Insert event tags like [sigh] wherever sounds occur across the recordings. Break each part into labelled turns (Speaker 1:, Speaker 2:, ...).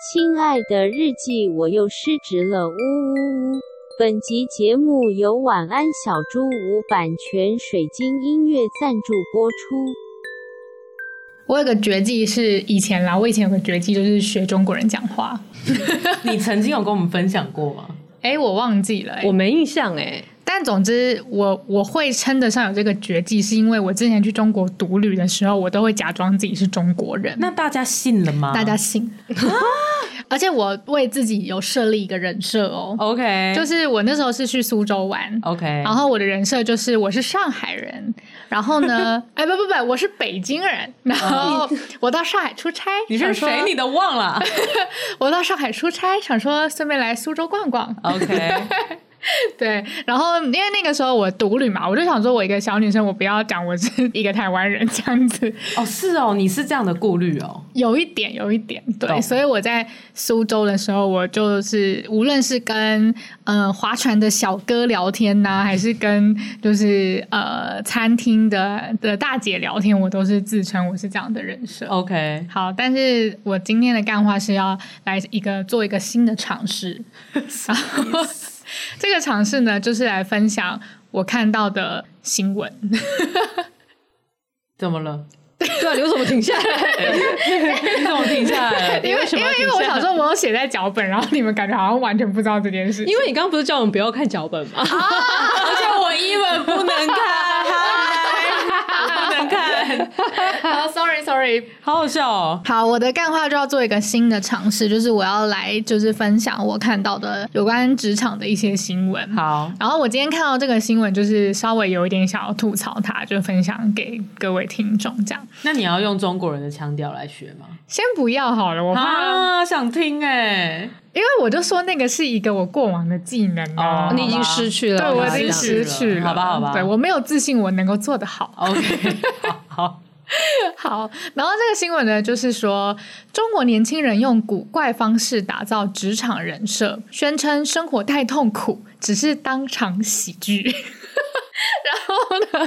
Speaker 1: 亲爱的日记，我又失职了，呜呜呜！本集节目由晚安小猪屋版权水晶音乐赞助播出。
Speaker 2: 我有个绝技是以前啦，我以前有个绝技就是学中国人讲话，
Speaker 3: [laughs] 你曾经有跟我们分享过吗？
Speaker 2: 哎，我忘记了、诶
Speaker 4: 我没印象哎、
Speaker 2: 但总之我我会称得上有这个绝技，是因为我之前去中国独旅的时候，我都会假装自己是中国人，
Speaker 3: 那大家信了吗？
Speaker 2: 大家
Speaker 3: [laughs]
Speaker 2: 信。而且我为自己有设立一个人设哦，
Speaker 3: OK，
Speaker 2: [laughs] 就是我那时候是去苏州玩。
Speaker 3: OK，
Speaker 2: 然后我的人设就是我是上海人，然后
Speaker 3: [laughs]
Speaker 2: 呢，哎不不不，我是北京人，然后我到上海出差，
Speaker 3: 哦你是
Speaker 2: 想
Speaker 3: 谁？
Speaker 2: 说
Speaker 3: 你都忘了
Speaker 2: 我到上海出差，想说顺便来苏州逛逛。 [laughs]
Speaker 3: ？OK，
Speaker 2: 对，然后因为那个时候我独旅嘛，我就想说，我一个小女生，我不要讲我是一个台湾人这样子，
Speaker 3: 哦，是哦，你是这样的顾虑哦。
Speaker 2: 有一点，有一点，对。
Speaker 3: 懂
Speaker 2: 所以我在苏州的时候，我就是无论是跟呃划船的小哥聊天呐、还是跟就是呃餐厅的的大姐聊天，我都是自称我是这样的人设。
Speaker 3: OK，
Speaker 2: 好，但是我今天的干话是要来一个做一个新的尝 [laughs] 试。然后 [laughs] 这个尝试呢，就是来分享我看到的新闻。
Speaker 3: 怎么了？
Speaker 4: 对啊，你为什么停下来？
Speaker 3: 你怎么停下来了？
Speaker 2: 因为
Speaker 4: 为什么
Speaker 2: 因
Speaker 4: 要
Speaker 2: 为因
Speaker 4: 停
Speaker 2: 为我
Speaker 4: 下
Speaker 2: 想说，我有写在脚本，然后你们感觉好像完全不知道这件事。
Speaker 4: 因为你刚刚不是叫我们不要看脚本吗？
Speaker 3: 啊而且我英文不能看，嗨我不能看，
Speaker 2: 啊，sorry，sorry。
Speaker 3: 好好笑哦。
Speaker 2: 好，我的干话就要做一个新的尝试，就是我要来就是分享我看到的有关职场的一些新闻。
Speaker 3: 好，
Speaker 2: 然后我今天看到这个新闻，就是稍微有一点想要吐槽它，就分享给各位听众这样。
Speaker 3: 那你要用中国人的腔调来学吗？
Speaker 2: 先不要好了，我怕，
Speaker 3: 啊，想听哎，
Speaker 2: 因为我就说那个是一个我过往的技能啊，
Speaker 3: 哦
Speaker 4: [laughs] 你已经失去了，
Speaker 2: 对我已经失
Speaker 3: 失
Speaker 2: 去
Speaker 3: 好吧好吧
Speaker 2: 对我没有自信我能够做得
Speaker 3: [laughs]
Speaker 2: 好。
Speaker 3: OK，好，
Speaker 2: 好，然后这个新闻呢，就是说中国年轻人用古怪方式打造职场人设，宣称生活太痛苦，只是当场喜剧。 [laughs] 然后呢，他就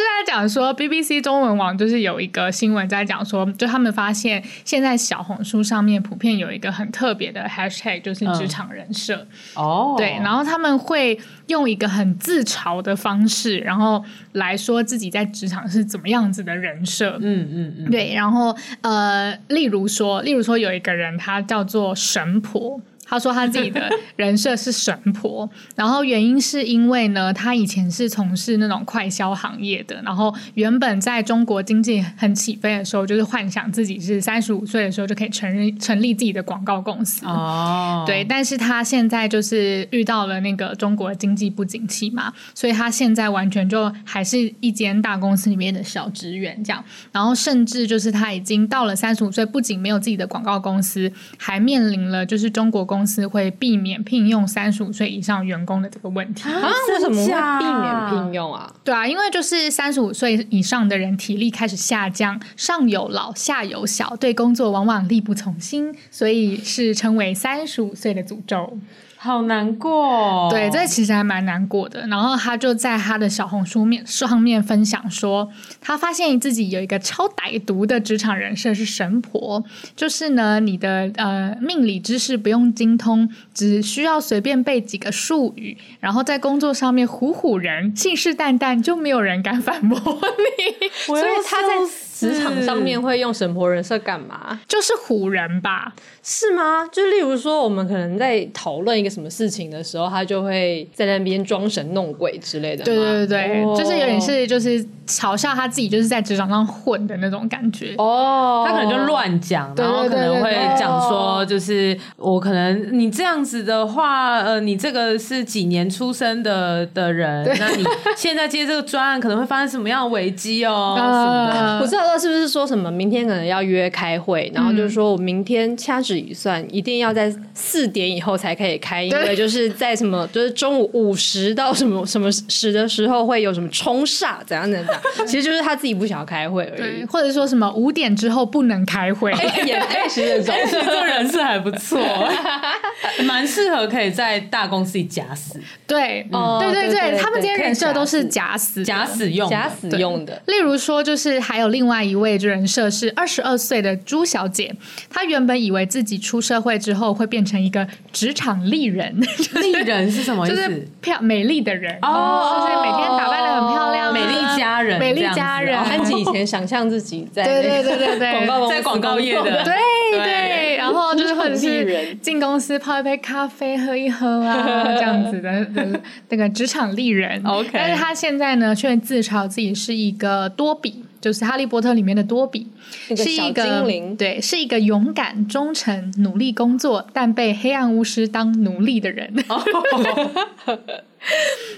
Speaker 2: 在讲说，BBC 中文网就是有一个新闻在讲说，就他们发现现在小红书上面普遍有一个很特别的 hashtag，就是
Speaker 3: 嗯
Speaker 2: 职场人设。
Speaker 3: 哦，
Speaker 2: 对，然后他们会用一个很自嘲的方式，然后来说自己在职场是怎么样子的人设。
Speaker 3: 嗯嗯嗯，
Speaker 2: 对，然后呃，例如说，例如说有一个人，他叫做神婆。他说他自己
Speaker 3: [laughs]
Speaker 2: 的人设是神婆，然后原因是因为呢，他以前是从事那种快销行业的，然后原本在中国经济很起飞的时候，就是幻想自己是三十五岁的时候就可以成立成立自己的广告公司。
Speaker 3: 哦，
Speaker 2: 对，，但是他现在就是遇到了那个中国经济不景气嘛，所以他现在完全就还是一间大公司里面的小职员这样。然后甚至就是他已经到了三十五岁，不仅没有自己的广告公司，还面临了就是中国公司会避免聘用三十五岁以上员工的这个问题。
Speaker 4: 啊，为什么会避免聘用啊？
Speaker 2: 对啊，因为就是三十五岁以上的人体力开始下降，上有老下有小，对工作往往力不从心，所以是称为三十五岁的诅咒。
Speaker 3: 好难过、哦，
Speaker 2: 对，这其实还蛮难过的。然后他就在他的小红书面上面分享说，他发现自己有一个超歹毒的职场人设是神婆，就是呢，你的呃命理知识不用精通，只需要随便背几个术语，然后在工作上面唬唬人，信誓旦旦，就没有人敢反驳你， [laughs]
Speaker 3: 我
Speaker 4: 所
Speaker 3: 要
Speaker 4: 以他在
Speaker 3: 笑死
Speaker 4: 职场上面会用神婆人设干嘛？
Speaker 2: 就是唬人吧。
Speaker 4: 是吗？就例如说，我们可能在讨论一个什么事情的时候，他就会在那边装神弄鬼之类的吗。
Speaker 2: 对对对对，
Speaker 4: 哦
Speaker 2: 就是有点是就是嘲笑他自己就是在职场上混的那种感觉。
Speaker 4: 哦，
Speaker 3: 他可能就乱讲，
Speaker 2: 对
Speaker 3: 然后
Speaker 2: 对
Speaker 3: 可
Speaker 2: 对
Speaker 3: 能
Speaker 2: 对
Speaker 3: 会
Speaker 2: 对
Speaker 3: 讲说，就是我可能你这样子的话，呃，你这个是几年出生的的人，那你现在接这个专案可能会发生什么样的危机哦什
Speaker 2: [laughs]
Speaker 3: 么的。
Speaker 2: 呃
Speaker 4: 不知道他是不是说什么明天可能要约开会，然后就是说我明天掐指一算，一定要在四点以后才可以开，因为就是在什么就是中午午时到什么什么时的时候会有什么冲煞怎样怎样，其实就是他自己不想要开会而
Speaker 2: 对，
Speaker 4: 已。
Speaker 2: 或者说什么五
Speaker 3: 哎
Speaker 4: [laughs]
Speaker 2: 点之后不能开会，
Speaker 4: 也也是这种，
Speaker 3: 这个人是还不错，蛮适合可以在大公司里假死、
Speaker 2: [laughs] 对，嗯
Speaker 4: 哦
Speaker 2: 对
Speaker 4: 对对
Speaker 2: 对，
Speaker 4: 对
Speaker 2: 他们这些
Speaker 4: 可以
Speaker 2: 人设
Speaker 4: 假
Speaker 2: 都是
Speaker 4: 死
Speaker 2: 假死的，
Speaker 3: 假死用的 [laughs]
Speaker 4: 假死 [laughs] 用 [laughs] 的，
Speaker 2: 例如说，就是还有另外一位人设是二十二岁的朱小姐，她原本以为自己出社会之后会变成一个职场丽人，
Speaker 3: 丽人是什么意
Speaker 2: 就
Speaker 3: 思？
Speaker 2: 是漂美丽的人，
Speaker 3: 哦
Speaker 2: 就是每天打扮的很漂亮啊、
Speaker 3: 呃美丽佳人
Speaker 2: 美丽
Speaker 3: 这样子
Speaker 2: 佳人
Speaker 3: 哦
Speaker 4: 安吉以
Speaker 3: [laughs]
Speaker 4: 前想象自己在
Speaker 2: 对对对对对
Speaker 4: 广告公司
Speaker 3: 在广告业的
Speaker 2: 对
Speaker 3: 对
Speaker 2: 对，然后就是或者
Speaker 4: 丽
Speaker 2: 是
Speaker 4: 人
Speaker 2: 进公司泡一杯咖啡喝一喝啊，这样子的的那个职场丽人。
Speaker 3: OK
Speaker 2: 但是她现在呢，却自嘲自己是一个多比，就是《哈利波特》里面的多比，
Speaker 4: 那个
Speaker 2: 是一
Speaker 4: 小
Speaker 2: 个
Speaker 4: 精灵，
Speaker 2: 对，是一个勇敢、忠诚、努力工作，但被黑暗巫师当奴隶的人。 [laughs]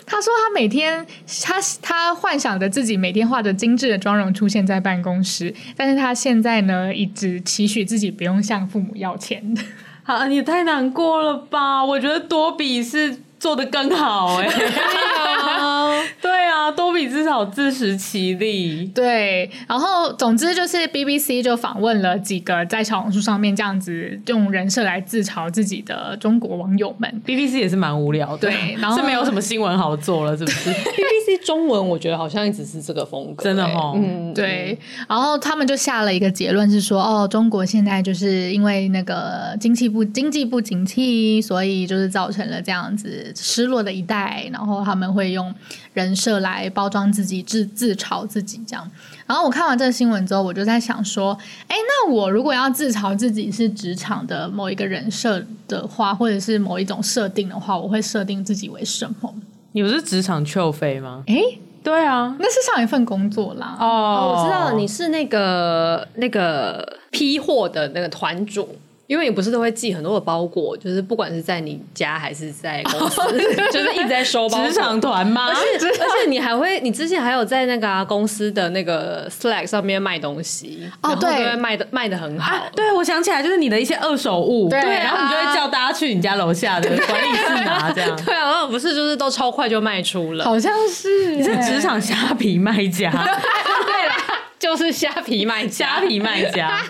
Speaker 2: 他说他每天，他他幻想着自己每天化着精致的妆容出现在办公室，但是他现在呢，一直期许自己不用向父母要钱。 [laughs]
Speaker 3: 啊，你也太难过了吧？我觉得多比是做的更好 [laughs] 哎、对啊，多比至少自食其力。
Speaker 2: 对，然后总之就是 BBC 就访问了几个在小红书上面这样子用人设来自嘲自己的中国网友们，
Speaker 3: BBC 也是蛮无聊的，
Speaker 2: 对然后
Speaker 3: 是没有什么新闻好做了，是不是？ [laughs]
Speaker 4: BBC 中文我觉得好像一直是这个风格，
Speaker 3: 真的
Speaker 4: 欸
Speaker 3: 哦
Speaker 4: 嗯，
Speaker 2: 对，然后他们就下了一个结论是说，哦，中国现在就是因为那个经济不经济不景气，所以就是造成了这样子失落的一代，然后他们会用人设来包装自己，自自嘲自己这样。然后我看完这个新闻之后，我就在想说，哎，那我如果要自嘲自己是职场的某一个人设的话，或者是某一种设定的话，我会设定自己为什么？
Speaker 3: 你不是职场邱飞吗？
Speaker 2: 哎，
Speaker 3: 对啊，
Speaker 2: 那是上一份工作啦。
Speaker 3: 哦，
Speaker 4: 哦，我知道你是那个那个批货的那个团主。因为你不是都会寄很多的包裹，就是不管是在你家还是在公司，就是一直在收包裹。
Speaker 3: 职场团吗
Speaker 4: 而？且而且你还会，你之前还有在那个啊、公司的那个 Slack 上面卖东西，
Speaker 2: 哦
Speaker 4: 然后都
Speaker 2: 对
Speaker 4: 会卖的卖的很好。
Speaker 3: 啊，对，我想起来，就是你的一些二手物，
Speaker 2: 对
Speaker 3: 然后你就
Speaker 2: 啊
Speaker 3: 会叫大家去你家楼下的管理室拿，这样。
Speaker 4: 对啊，然后不是就是都超快就卖出 [laughs] 了，
Speaker 2: 好像是
Speaker 3: [laughs] 你是
Speaker 2: 诶
Speaker 3: 职场虾皮卖家，
Speaker 4: 就是虾皮卖
Speaker 3: 虾
Speaker 4: 家。
Speaker 3: 皮卖
Speaker 4: [laughs]
Speaker 3: 家，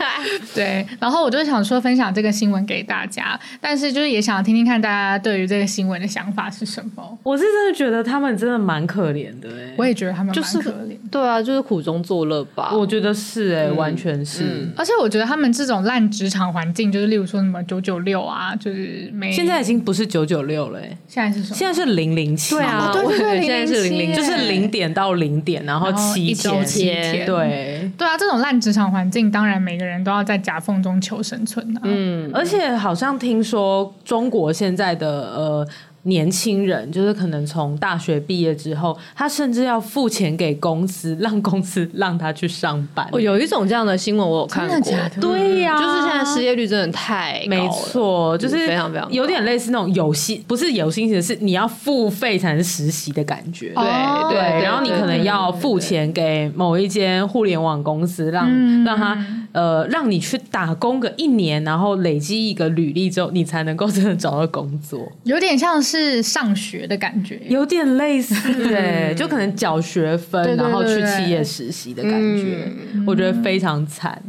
Speaker 2: 对，然后我就想说分享这个新闻给大家，但是就是也想听听看大家对于这个新闻的想法是什么。
Speaker 3: 我是真的觉得他们真的蛮可怜的哎、
Speaker 2: 我也觉得他们蛮
Speaker 4: 就是
Speaker 2: 可怜，
Speaker 4: 对啊，就是苦中作乐吧。
Speaker 3: 我觉得是
Speaker 4: 嗯
Speaker 3: 哎、完全是。
Speaker 2: 而且我觉得他们这种烂职场环境，就是例如说什么九九六啊，就是没
Speaker 3: 现在已经不是九九六了、欸，
Speaker 2: 现在是什么？
Speaker 3: 现在是零零七，
Speaker 4: 对啊，
Speaker 2: 哦对对
Speaker 4: 我觉得
Speaker 2: 对
Speaker 4: 现在是
Speaker 2: 007
Speaker 4: 零零，
Speaker 3: 就
Speaker 4: 就是
Speaker 2: 对
Speaker 3: 零点到零点，然后
Speaker 2: 然后
Speaker 3: 七
Speaker 2: 一周
Speaker 3: 天，
Speaker 2: 七天
Speaker 4: 嗯
Speaker 3: 对。
Speaker 2: 对啊，这种烂职场环境，当然每个人都要在夹缝中求生存啊。嗯，
Speaker 3: 而且好像听说中国现在的呃年轻人，就是可能从大学毕业之后，他甚至要付钱给公司，让公司让他去上班。
Speaker 4: 我哦有一种这样的新闻，我有看
Speaker 2: 真
Speaker 4: 过，
Speaker 2: 的假的？
Speaker 3: 对呀、
Speaker 4: 就是现在失业率真的太高了
Speaker 3: 没，错，就是
Speaker 4: 非常非常高
Speaker 3: 有点类似那种有薪，不是有薪的是你要付费才能实习的感觉。
Speaker 2: 哦
Speaker 4: 对
Speaker 3: 对，
Speaker 4: 对，
Speaker 3: 然后你可能
Speaker 4: [laughs]
Speaker 3: 要付钱给某一间互联网公司，让
Speaker 2: 嗯
Speaker 3: 让他呃让你去打工个一年，然后累积一个履历之后，你才能够真的找到工作，
Speaker 2: 有点像是上学的感觉。
Speaker 3: 有点类似哎、就可能缴学
Speaker 2: 对
Speaker 3: 分，
Speaker 2: 对
Speaker 3: 然后去
Speaker 2: 对对
Speaker 3: 企业实习的感觉，我觉得非常惨。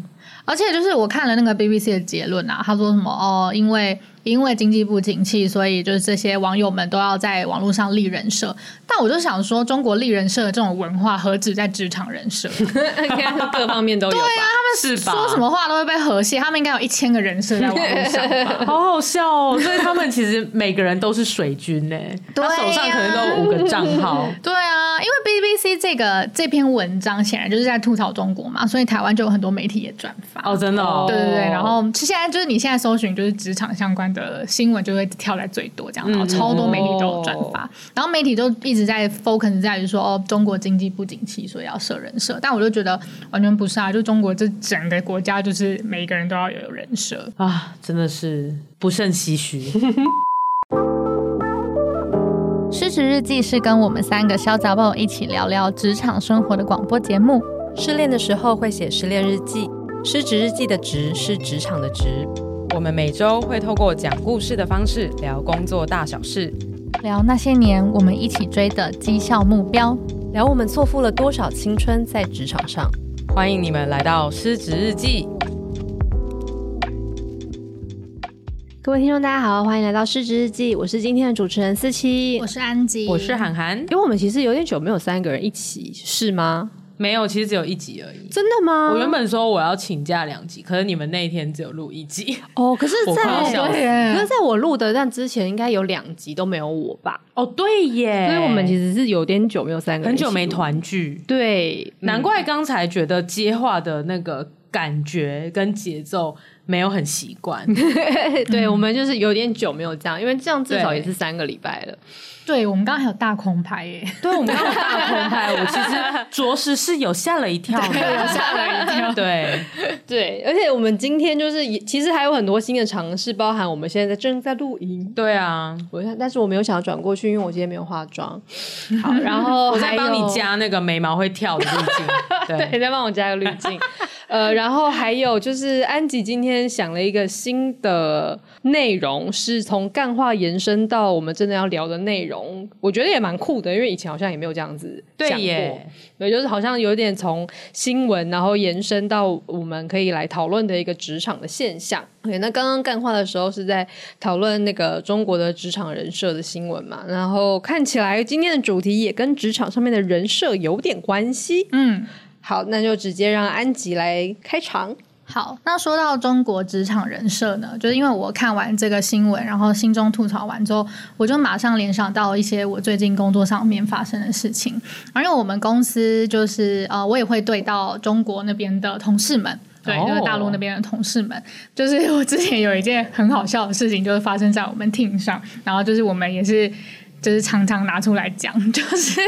Speaker 2: 而且就是我看了那个 BBC 的结论啊，他说什么哦，因为因为经济不景气，所以就是这些网友们都要在网络上立人设。但我就想说，中国立人设的这种文化何止在职场人设？对
Speaker 4: 应该是各方面都有吧。
Speaker 2: 啊，他们
Speaker 3: 是吧？
Speaker 2: 说什么话都会被和谐，他们应该有一千个人设在网络上吧
Speaker 3: [laughs] 好好笑哦！所以他们其实每个人都是水军呢、
Speaker 2: [laughs] 对呀
Speaker 3: 他手上可能都有五个账号。
Speaker 2: 对啊，因为 BBC 这个这篇文章显然就是在吐槽中国嘛，所以台湾就有很多媒体也转发。
Speaker 3: 哦，真的、哦，
Speaker 2: 对对对，然后现在就是你现在搜寻就是职场相关的新闻就会跳来最多这样，然
Speaker 3: 嗯
Speaker 2: 后超多媒体都有转发，
Speaker 3: 哦
Speaker 2: 然后媒体就一直在 focus 在于说哦中国经济不景气，所以要设人设，但我就觉得完全不是啊，就中国这整个国家就是每一个人都要有人设，
Speaker 3: 啊，真的是不胜唏嘘。
Speaker 2: 失职日记是跟我们三个小杂宝一起聊聊职场生活的广播节目。
Speaker 5: 失恋的时候会写失恋日记，失职日记的职是职场的职。
Speaker 6: 我们每周会透过讲故事的方式聊工作大小事，
Speaker 2: 聊那些年我们一起追的绩效目标，
Speaker 5: 聊我们错付了多少青春在职场上。
Speaker 6: 欢迎你们来到失职日记。
Speaker 4: 各位听众，大家好，欢迎来到《失职日记》，我是今天的主持人思琪
Speaker 2: 我。是安吉，
Speaker 3: 我是韩寒，
Speaker 4: 因为我们其实有点久没有三个人一起，是吗？
Speaker 3: 没有，其实只有一集而已。
Speaker 4: 真的吗？
Speaker 3: 我原本说我要请假两集，可是你们那一天只有录一集。
Speaker 4: 哦，可是
Speaker 3: 我
Speaker 4: 在
Speaker 3: 快要笑
Speaker 4: 我
Speaker 3: 死
Speaker 2: 对耶
Speaker 4: 可是在我录的但之前，应该有两集都没有我吧？
Speaker 3: [laughs] 哦，对耶，
Speaker 4: 所以我们其实是有点久没有三个人
Speaker 3: 很
Speaker 4: 一起
Speaker 3: 久没
Speaker 4: 录。
Speaker 3: 团聚，
Speaker 4: 对，
Speaker 3: 难怪刚才觉得接话的那个感觉跟节奏没有很习惯。
Speaker 4: [laughs] 对我们就是有点久没有这样，因为这样至少
Speaker 3: 对
Speaker 4: 也是三个礼拜了。
Speaker 2: 对我们刚刚还有大空拍耶，
Speaker 3: 对我们刚刚大空拍，我其实着实是有吓了一跳的，
Speaker 2: 有吓了一跳
Speaker 3: 对，
Speaker 4: 对，而且我们今天就是也其实还有很多新的尝试，包含我们现在在正在录音。
Speaker 3: 对啊，
Speaker 4: 我但是我没有想要转过去，因为我今天没有化妆。 [laughs] 好，然后
Speaker 2: 哦
Speaker 3: 我在
Speaker 4: 还
Speaker 3: 帮你
Speaker 4: 有
Speaker 3: 加那个眉毛会跳的滤
Speaker 2: [laughs]
Speaker 3: 镜。对，
Speaker 4: [laughs] 对，再帮我加个滤 [laughs] 镜。呃，然后还有就是安吉今天想了一个新的内容，是从干话延伸到我们真的要聊的内容，我觉得也蛮酷的，因为以前好像也没有这样子
Speaker 3: 对
Speaker 4: 讲过
Speaker 3: 耶，
Speaker 4: 对，就是好像有点从新闻，然后延伸到我们可以来讨论的一个职场的现象。对，那刚刚干话的时候是在讨论那个中国的职场人设的新闻嘛，然后看起来今天的主题也跟职场上面的人设有点关系。
Speaker 2: 嗯。
Speaker 4: 好，那就直接让安吉来开场。
Speaker 2: 好，那说到中国职场人设呢，就是因为我看完这个新闻，然后心中吐槽完之后，我就马上联想到一些我最近工作上面发生的事情。而因为我们公司就是呃，我也会对到中国那边的同事们。对，
Speaker 3: 哦
Speaker 2: 就是大陆那边的同事们，就是我之前有一件很好笑的事情，就是发生在我们 team 上，然后就是我们也是，就是常常拿出来讲，就是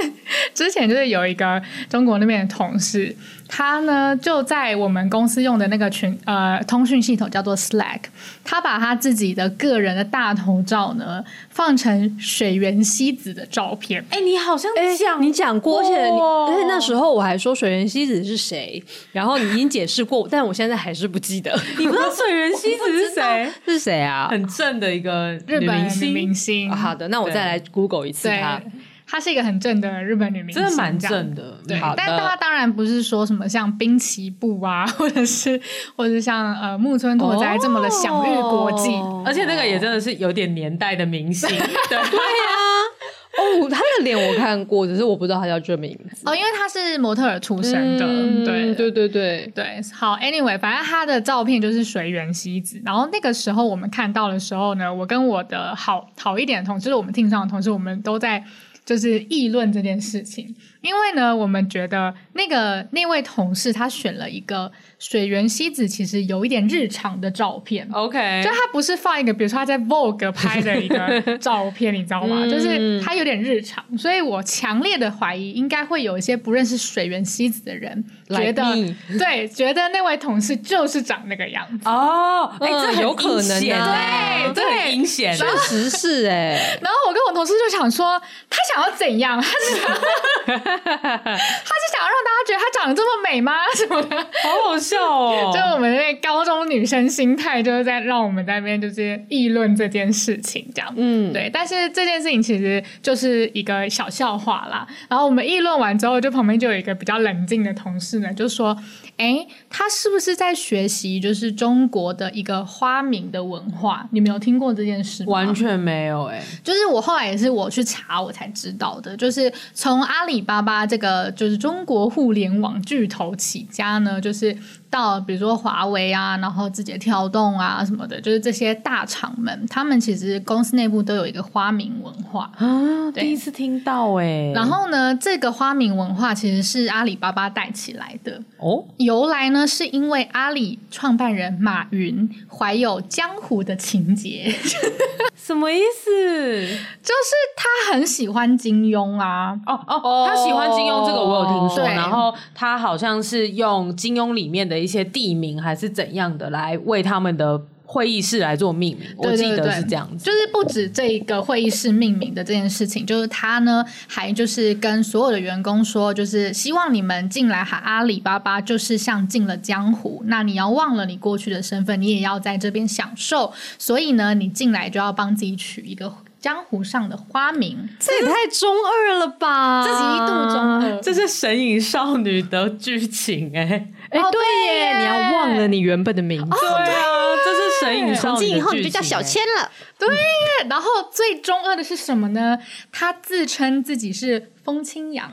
Speaker 2: 之前就是有一个中国那边的同事，他呢就在我们公司用的那个群呃通讯系统叫做 Slack，他把他自己的个人的大头照呢放成水原希子的照片，
Speaker 3: 哎，你好像讲
Speaker 4: 你讲过，而且你
Speaker 3: 过
Speaker 4: 而且那时候我还说水原希子是谁，然后你已经解释过，但我现在还是不记得
Speaker 3: 你不知道水原希子是
Speaker 4: [laughs]
Speaker 3: 谁？
Speaker 4: 是谁啊。
Speaker 3: 很正的一个
Speaker 2: 日
Speaker 3: 女
Speaker 2: 本
Speaker 3: 明
Speaker 2: 女
Speaker 3: 星
Speaker 2: 明，星，
Speaker 4: 啊好的，那我再来 Google 一次
Speaker 2: 对
Speaker 4: 他。，
Speaker 2: 她是一个很正的日本女明星，
Speaker 3: 真的蛮
Speaker 2: 这样
Speaker 3: 正的。
Speaker 2: 对
Speaker 4: 好，
Speaker 2: 但
Speaker 4: 的
Speaker 2: 他当然不是说什么像滨崎步啊， [laughs] 或者是或者是像呃木村拓哉这么的享誉国际。
Speaker 3: 而且那个也真的是有点年代的明星，对，
Speaker 4: 哦，他的脸我看过，只是我不知道他叫这名字。
Speaker 2: 哦，因为他是模特儿出身的，
Speaker 4: 嗯
Speaker 2: 对
Speaker 4: 对对对，
Speaker 2: 对，好，anyway，反正他的照片就是水原希子。然后那个时候我们看到的时候呢，我跟我的好好一点的同事，就是我们 team 上的同事，我们都在就是议论这件事情，因为呢，我们觉得那个那位同事他选了一个水原希子其实有一点日常的照片。
Speaker 3: OK，
Speaker 2: 就他不是放一个，比如说他在 Vogue 拍的一个照片，你知道吗？就是他有点日常，所以我强烈的怀疑，应该会有一些不认识水原希子的人觉
Speaker 4: Like
Speaker 2: 得
Speaker 4: me
Speaker 2: 对，觉得那位同事就是长那个样子。
Speaker 3: 哦，哎，
Speaker 4: 嗯
Speaker 3: 这很
Speaker 4: 有可
Speaker 3: 阴
Speaker 4: 能
Speaker 3: 险
Speaker 4: 啊
Speaker 3: 欸
Speaker 2: 对
Speaker 3: 这
Speaker 2: 对
Speaker 3: 很阴险欸。
Speaker 4: 确实是哎、 [laughs]
Speaker 2: 然后我跟我同事就想说，他想要怎样？他是他是想要 [laughs] 让大家觉得他长得这么美吗？什么的？
Speaker 3: 好好笑哦！
Speaker 2: 就我们那高中女生心态，就是在让我们在那边就是议论这件事情，这样。
Speaker 4: 嗯，
Speaker 2: 对，但是这件事情其实就是一个小笑话啦。然后我们议论完之后，就旁边就有一个比较冷静的同事呢，就说：“哎，他是不是在学习就是中国的一个花名的文化？你们有听过这件事吗？”
Speaker 3: 完全没有哎、
Speaker 2: 就是我后来也是我去查我才知道的，就是从阿里巴巴这个就是中国互联网巨头起家呢，就是到比如说华为啊，然后字节跳动啊什么的，就是这些大厂们，他们其实公司内部都有一个花名文化。
Speaker 3: 啊，
Speaker 2: 对
Speaker 3: 第一次听到哎、
Speaker 2: 然后呢，这个花名文化其实是阿里巴巴带起来的。
Speaker 3: 哦，
Speaker 2: 由来呢，是因为阿里创办人马云怀有江湖的情节， [laughs]
Speaker 3: 什么意思？
Speaker 2: 就是他很喜欢金庸啊，
Speaker 3: 哦哦，他喜欢金庸这个我有听说，
Speaker 2: 对
Speaker 3: 然后他好像是用金庸里面的一些地名还是怎样的来为他们的会议室来做命名，
Speaker 2: 对
Speaker 3: 我记
Speaker 2: 对
Speaker 3: 得
Speaker 2: 对
Speaker 3: 是这样子。
Speaker 2: 就是不止这一个会议室命名的这件事情，就是他呢还就是跟所有的员工说，就是希望你们进来喊阿里巴巴，就是像进了江湖。那你要忘了你过去的身份，你也要在这边享受。所以呢，你进来就要帮自己取一个江湖上的花名，
Speaker 4: 这也太中二了吧！
Speaker 2: 极度中二。
Speaker 3: 这是《神隐少女》的剧情哎、哎
Speaker 4: 哎、
Speaker 2: 哦
Speaker 4: 对
Speaker 2: 对
Speaker 4: 耶，
Speaker 2: 耶
Speaker 4: 你要忘了你原本的名字。
Speaker 3: 对啊，这是《神隐
Speaker 7: 从
Speaker 3: 少女
Speaker 7: 今
Speaker 3: 的
Speaker 7: 以后你就
Speaker 3: 剧
Speaker 7: 叫
Speaker 3: 情
Speaker 7: 小
Speaker 3: 欸
Speaker 7: 千了。
Speaker 2: 然后最中二的是什么呢？他自称自己是风清扬，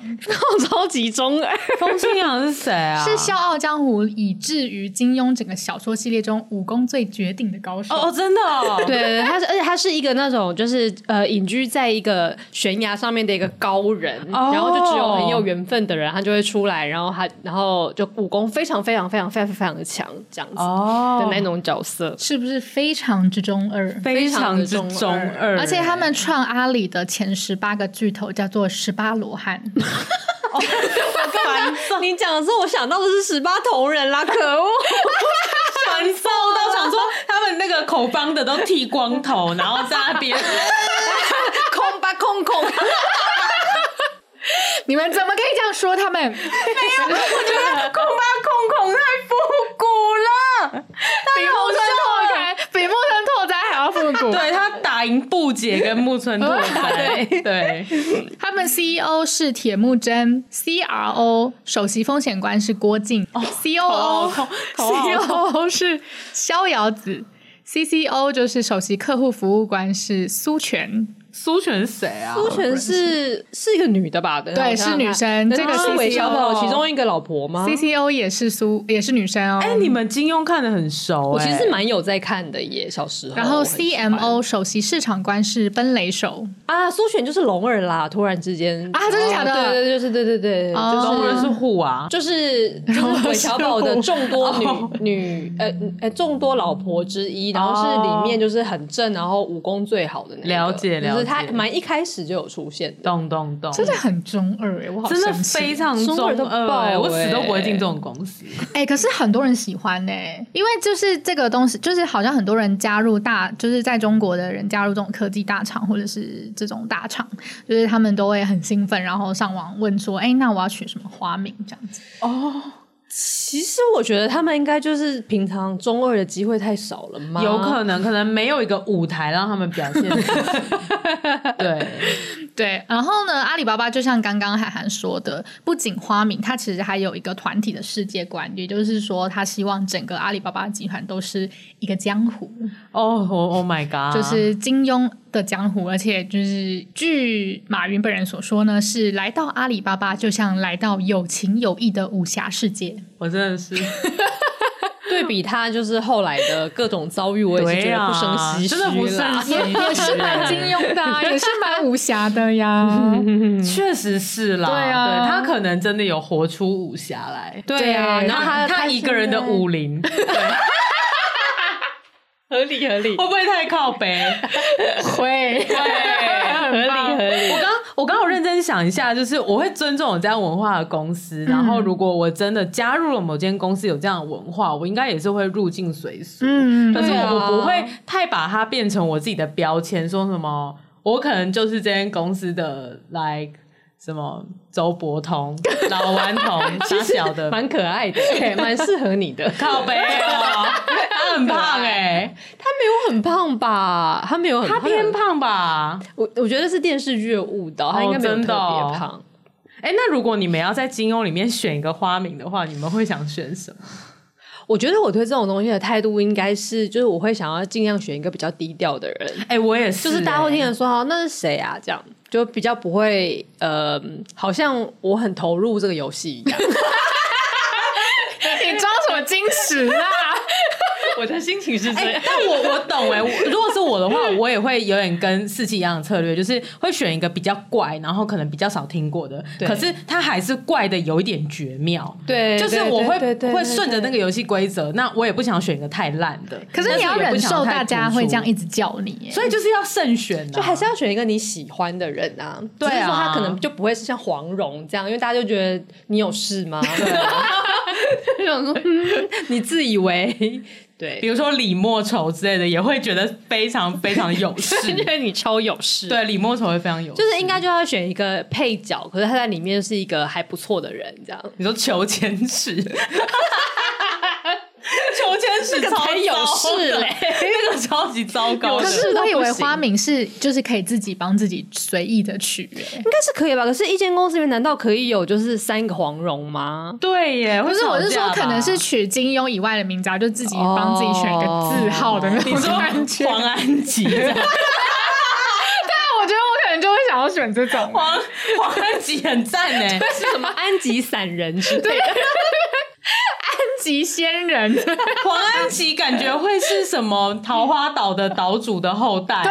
Speaker 4: 超级中二，
Speaker 3: 风清扬是谁啊？
Speaker 2: 是《笑傲江湖》以至于金庸整个小说系列中武功最绝顶的高手。
Speaker 3: 哦，真的哦，
Speaker 4: 对，对他是，而且他是一个那种就是呃隐居在一个悬崖上面的一个高人，
Speaker 3: 哦
Speaker 4: 然后就只有很有缘分的人，他就会出来，然后他然后就武功非常非常非常非常非常的强，这样子
Speaker 3: 哦
Speaker 4: 的那种角色。
Speaker 2: 是不是非常之中二？
Speaker 3: 非常之
Speaker 4: 非常之
Speaker 3: 中
Speaker 4: 中
Speaker 3: 二，
Speaker 2: 而且 [laughs] 他们创阿里的前十八个巨头叫做十八罗
Speaker 3: [laughs]
Speaker 2: 汉，
Speaker 3: 烦躁，
Speaker 4: [laughs] 你讲的时候，我想到的是十八铜人啦，可恶！
Speaker 3: 烦躁到想说他们那个口帮的都剃光头，然后在那边
Speaker 4: [laughs] 空吧空空，
Speaker 2: 你们怎么可以这样说他们？
Speaker 3: 空吧空空太复古了，
Speaker 2: 比木村拓哉，比木村拓哉还要复 [laughs] 古。
Speaker 3: [laughs] 对他打赢布姐跟木村拓哉，对，
Speaker 2: 他们 CEO 是铁木真，CRO 首席风险官是郭靖、c E o
Speaker 3: 哦
Speaker 2: o
Speaker 3: 头头好
Speaker 2: 啊
Speaker 3: 痛
Speaker 2: COO 是逍遥子，CCO 就是首席客户服务官是苏全。
Speaker 3: 苏璇是谁啊？
Speaker 4: 苏璇是是一个女的吧？
Speaker 2: 对
Speaker 4: 我想想看
Speaker 2: 是女生
Speaker 4: 那
Speaker 2: 这个
Speaker 4: 她是
Speaker 2: CCO
Speaker 4: 韦小宝其中一个老婆吗？
Speaker 2: CCO 也是苏，也是女生哦。
Speaker 3: 哦哎，你们金庸看的很熟，
Speaker 4: 我
Speaker 3: 哎
Speaker 4: 其实蛮有在看的耶，小时候。
Speaker 2: 然后
Speaker 3: 哦
Speaker 4: 我很喜欢
Speaker 2: CMO 首席市场官是奔雷手，
Speaker 4: 啊，苏璇就是龙儿啦，突然之间
Speaker 2: 啊真的假的
Speaker 4: 哦对对对对对对对，
Speaker 2: 哦
Speaker 3: 龙人是虎啊，
Speaker 4: 就是就是韦小宝的众多
Speaker 2: 哦
Speaker 4: 女女呃呃众多老婆之一，然后是里面就是很正，然后武功最好的那个，
Speaker 3: 了解了解
Speaker 4: 就是他蛮一开始就有出现啊的。
Speaker 3: 咚咚咚，
Speaker 2: 真的很中二哎，我好
Speaker 3: 哦真的
Speaker 2: 生气
Speaker 3: 非常
Speaker 4: 中
Speaker 3: 中
Speaker 4: 二到爆
Speaker 3: 二，哎我死都不会
Speaker 4: 哎
Speaker 3: 进这种公司。
Speaker 2: [laughs] 哎、可是很多人喜欢呢、因为就是这个东西，就是好像很多人加入大，就是在中国的人加入这种科技大厂或者是这种大厂，就是他们都会很兴奋，然后上网问说，哎、那我要取什么花名这样子？
Speaker 4: 其实我觉得他们应该就是平常中二的机会太少了吗？
Speaker 3: 有可能，可能没有一个舞台让他们表现自己。对，
Speaker 2: 对，然后呢，阿里巴巴就像刚刚海涵说的，不仅花名，它其实还有一个团体的世界观，也就是说，他希望整个阿里巴巴集团都是一个江湖。
Speaker 3: 哦、o h my god，
Speaker 2: 就是金庸的江湖，而且就是据马云本人所说呢，是来到阿里巴巴就像来到有情有义的武侠世 [laughs] 界。
Speaker 3: 我真的是，
Speaker 4: 对比他就是后来的各种遭遇，我也是觉
Speaker 3: 对
Speaker 4: 得
Speaker 3: 啊，
Speaker 4: 不胜唏嘘
Speaker 3: 真的不胜
Speaker 4: 啦。
Speaker 3: 唏嘘，也是蛮
Speaker 2: 金庸的、 [laughs] 啊、也是蛮武侠的 [laughs] 呀。
Speaker 3: [laughs] 确实是啦，
Speaker 2: 对啊
Speaker 3: 他可能真的有活出武侠来，
Speaker 4: 对啊，然
Speaker 3: 然
Speaker 4: 后
Speaker 3: 后
Speaker 4: 他
Speaker 3: 他他一个人的武林，对
Speaker 4: [laughs] 合理合理
Speaker 3: 会不会太靠北？
Speaker 2: 会，
Speaker 3: 对。
Speaker 4: 合理合理，
Speaker 3: 我刚我刚有认真想一下，就是我会尊重有这样文化的公司，然后如果我真的加入了某间公司有这样的文化，我应该也是会入境随俗。
Speaker 2: 嗯，
Speaker 3: 可是
Speaker 4: 对啊
Speaker 3: 我不会太把它变成我自己的标签，说什么我可能就是这间公司的 like 什么周伯通、老顽童、傻
Speaker 4: [laughs]
Speaker 3: 小的
Speaker 4: 蛮可爱的，对蛮适合你的。
Speaker 3: 靠背哦，他很胖哎、
Speaker 4: 他没有很胖吧？他没有很
Speaker 3: 他偏。胖吧？
Speaker 4: 我我觉得是电视剧的误导，他应该没有特
Speaker 3: 真
Speaker 4: 别
Speaker 3: 的哦
Speaker 4: 胖。
Speaker 3: 哎、那如果你们要在金庸里面选一个花名的话，你们会想选什么？
Speaker 4: 我觉得我对这种东西的态度应该是，就是我会想要尽量选一个比较低调的人，
Speaker 3: 哎、我也
Speaker 4: 就是是大家会
Speaker 3: 欸
Speaker 4: 听人说哦，那是谁啊？这样就比较不会呃，好像我很投入这个游戏一样。
Speaker 2: 你装什么矜持 [laughs] 啊？
Speaker 4: 我的心情是这
Speaker 3: 哎、但我我懂哎、我如果是我的话，我也会有点跟四季一样的策略，就是会选一个比较怪，然后可能比较少听过的，
Speaker 4: 对
Speaker 3: 可是它还是怪的有一点绝妙。
Speaker 4: 对，
Speaker 3: 就是我会会顺着那个
Speaker 4: 个。
Speaker 3: 游戏规则，那我也不想选一个太烂的，
Speaker 2: 可是你要
Speaker 3: 但也不
Speaker 2: 忍
Speaker 3: 想
Speaker 2: 受
Speaker 3: 太
Speaker 2: 大家
Speaker 3: 突出
Speaker 2: 会这样一，直叫你耶，
Speaker 3: 所以就是要慎选、啊，
Speaker 4: 就还是要选一个你喜欢的人啊。
Speaker 3: 对啊
Speaker 4: 只是说他可能就不会是像黄蓉这样，因为大家就觉得你有事 [laughs] 吗？啊就想说、嗯你自以为
Speaker 3: 比
Speaker 4: [laughs] 对，
Speaker 3: 如说李莫愁之类的，也会觉得非常非常有势。
Speaker 4: 因为你超有
Speaker 3: [laughs]
Speaker 4: 事。，
Speaker 3: 对，李莫愁会非常有势，
Speaker 4: 就是应该就要选一个配角，可是他在里面是一个还不错的人，这样。
Speaker 3: 你说求千尺，求千天使超
Speaker 4: 才有事
Speaker 3: 糟的
Speaker 4: 嘞，
Speaker 3: 那个超级糟糕
Speaker 2: 可
Speaker 3: 的。
Speaker 2: 是我以为
Speaker 4: 不行
Speaker 2: 花敏是就是可以自己帮自己随意的取欸耶，
Speaker 4: 应该是可以吧？可是，一间公司里面难道可以有就是三个黄蓉吗？
Speaker 3: 对耶，
Speaker 2: 不
Speaker 3: 不
Speaker 2: 是，我是说可能是取金庸以外的名字啊，就自己帮自己选一个字号的那
Speaker 4: 哦
Speaker 2: 种
Speaker 3: 你说
Speaker 2: 感觉。
Speaker 3: 黄安琪
Speaker 2: [laughs]
Speaker 3: 这样，
Speaker 2: 我觉得我可能就会想要选这种。
Speaker 4: [laughs]
Speaker 3: 黄黄安琪很赞呢。
Speaker 4: [laughs]
Speaker 2: 啊
Speaker 4: 是什么安吉散人之类的？
Speaker 2: 极仙人，
Speaker 3: 黄安琪感觉会是什么桃花岛的岛主的后代、啊？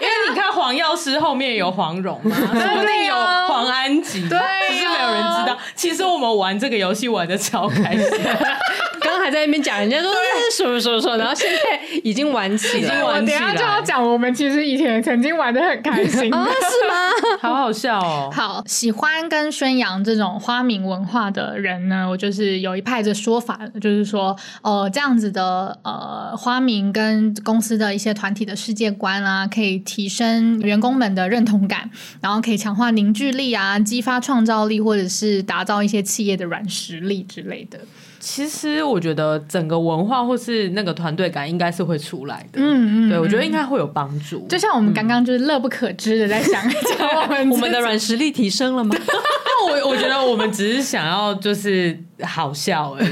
Speaker 3: 因为你看黄药师后面有黄蓉嘛，说不定有黄安琪，
Speaker 2: 啊对啊
Speaker 3: 只是没有人知道。其实我们玩这个游戏玩的超开心，
Speaker 2: [laughs]
Speaker 4: 刚刚还在那边讲人家说这是 [laughs] 什么什么什么，然后现在啊已经玩起
Speaker 3: 已经
Speaker 2: [laughs]
Speaker 4: 来
Speaker 2: 我
Speaker 3: 玩
Speaker 2: 等一
Speaker 3: 起
Speaker 2: 下
Speaker 3: 来
Speaker 2: 就要讲，我们其实以前曾经玩的很开
Speaker 4: [laughs]
Speaker 2: 心。 [laughs]
Speaker 4: 啊？是吗？
Speaker 3: 好好笑哦。
Speaker 2: 好，喜欢跟宣扬这种花名文化的人呢，我就是有一派的说法，就是说，呃，这样子的呃花名跟公司的一些团体的世界观啊，可以提升员工们的认同感，然后可以强化凝聚力啊，激发创造力，或者是打造一些企业的软实力之类的。
Speaker 3: 其实我觉得整个文化或是那个团队感应该是会出来的，
Speaker 2: 嗯嗯，
Speaker 3: 对我觉
Speaker 2: 得。
Speaker 3: 得应该会有帮助。 [laughs]
Speaker 2: 就像我们刚刚就是乐不可支的在想，讲 [laughs] 我们
Speaker 4: 我们的软实力提升了吗？
Speaker 3: 但 [laughs] 我我觉得我们只是想要就是好笑而已，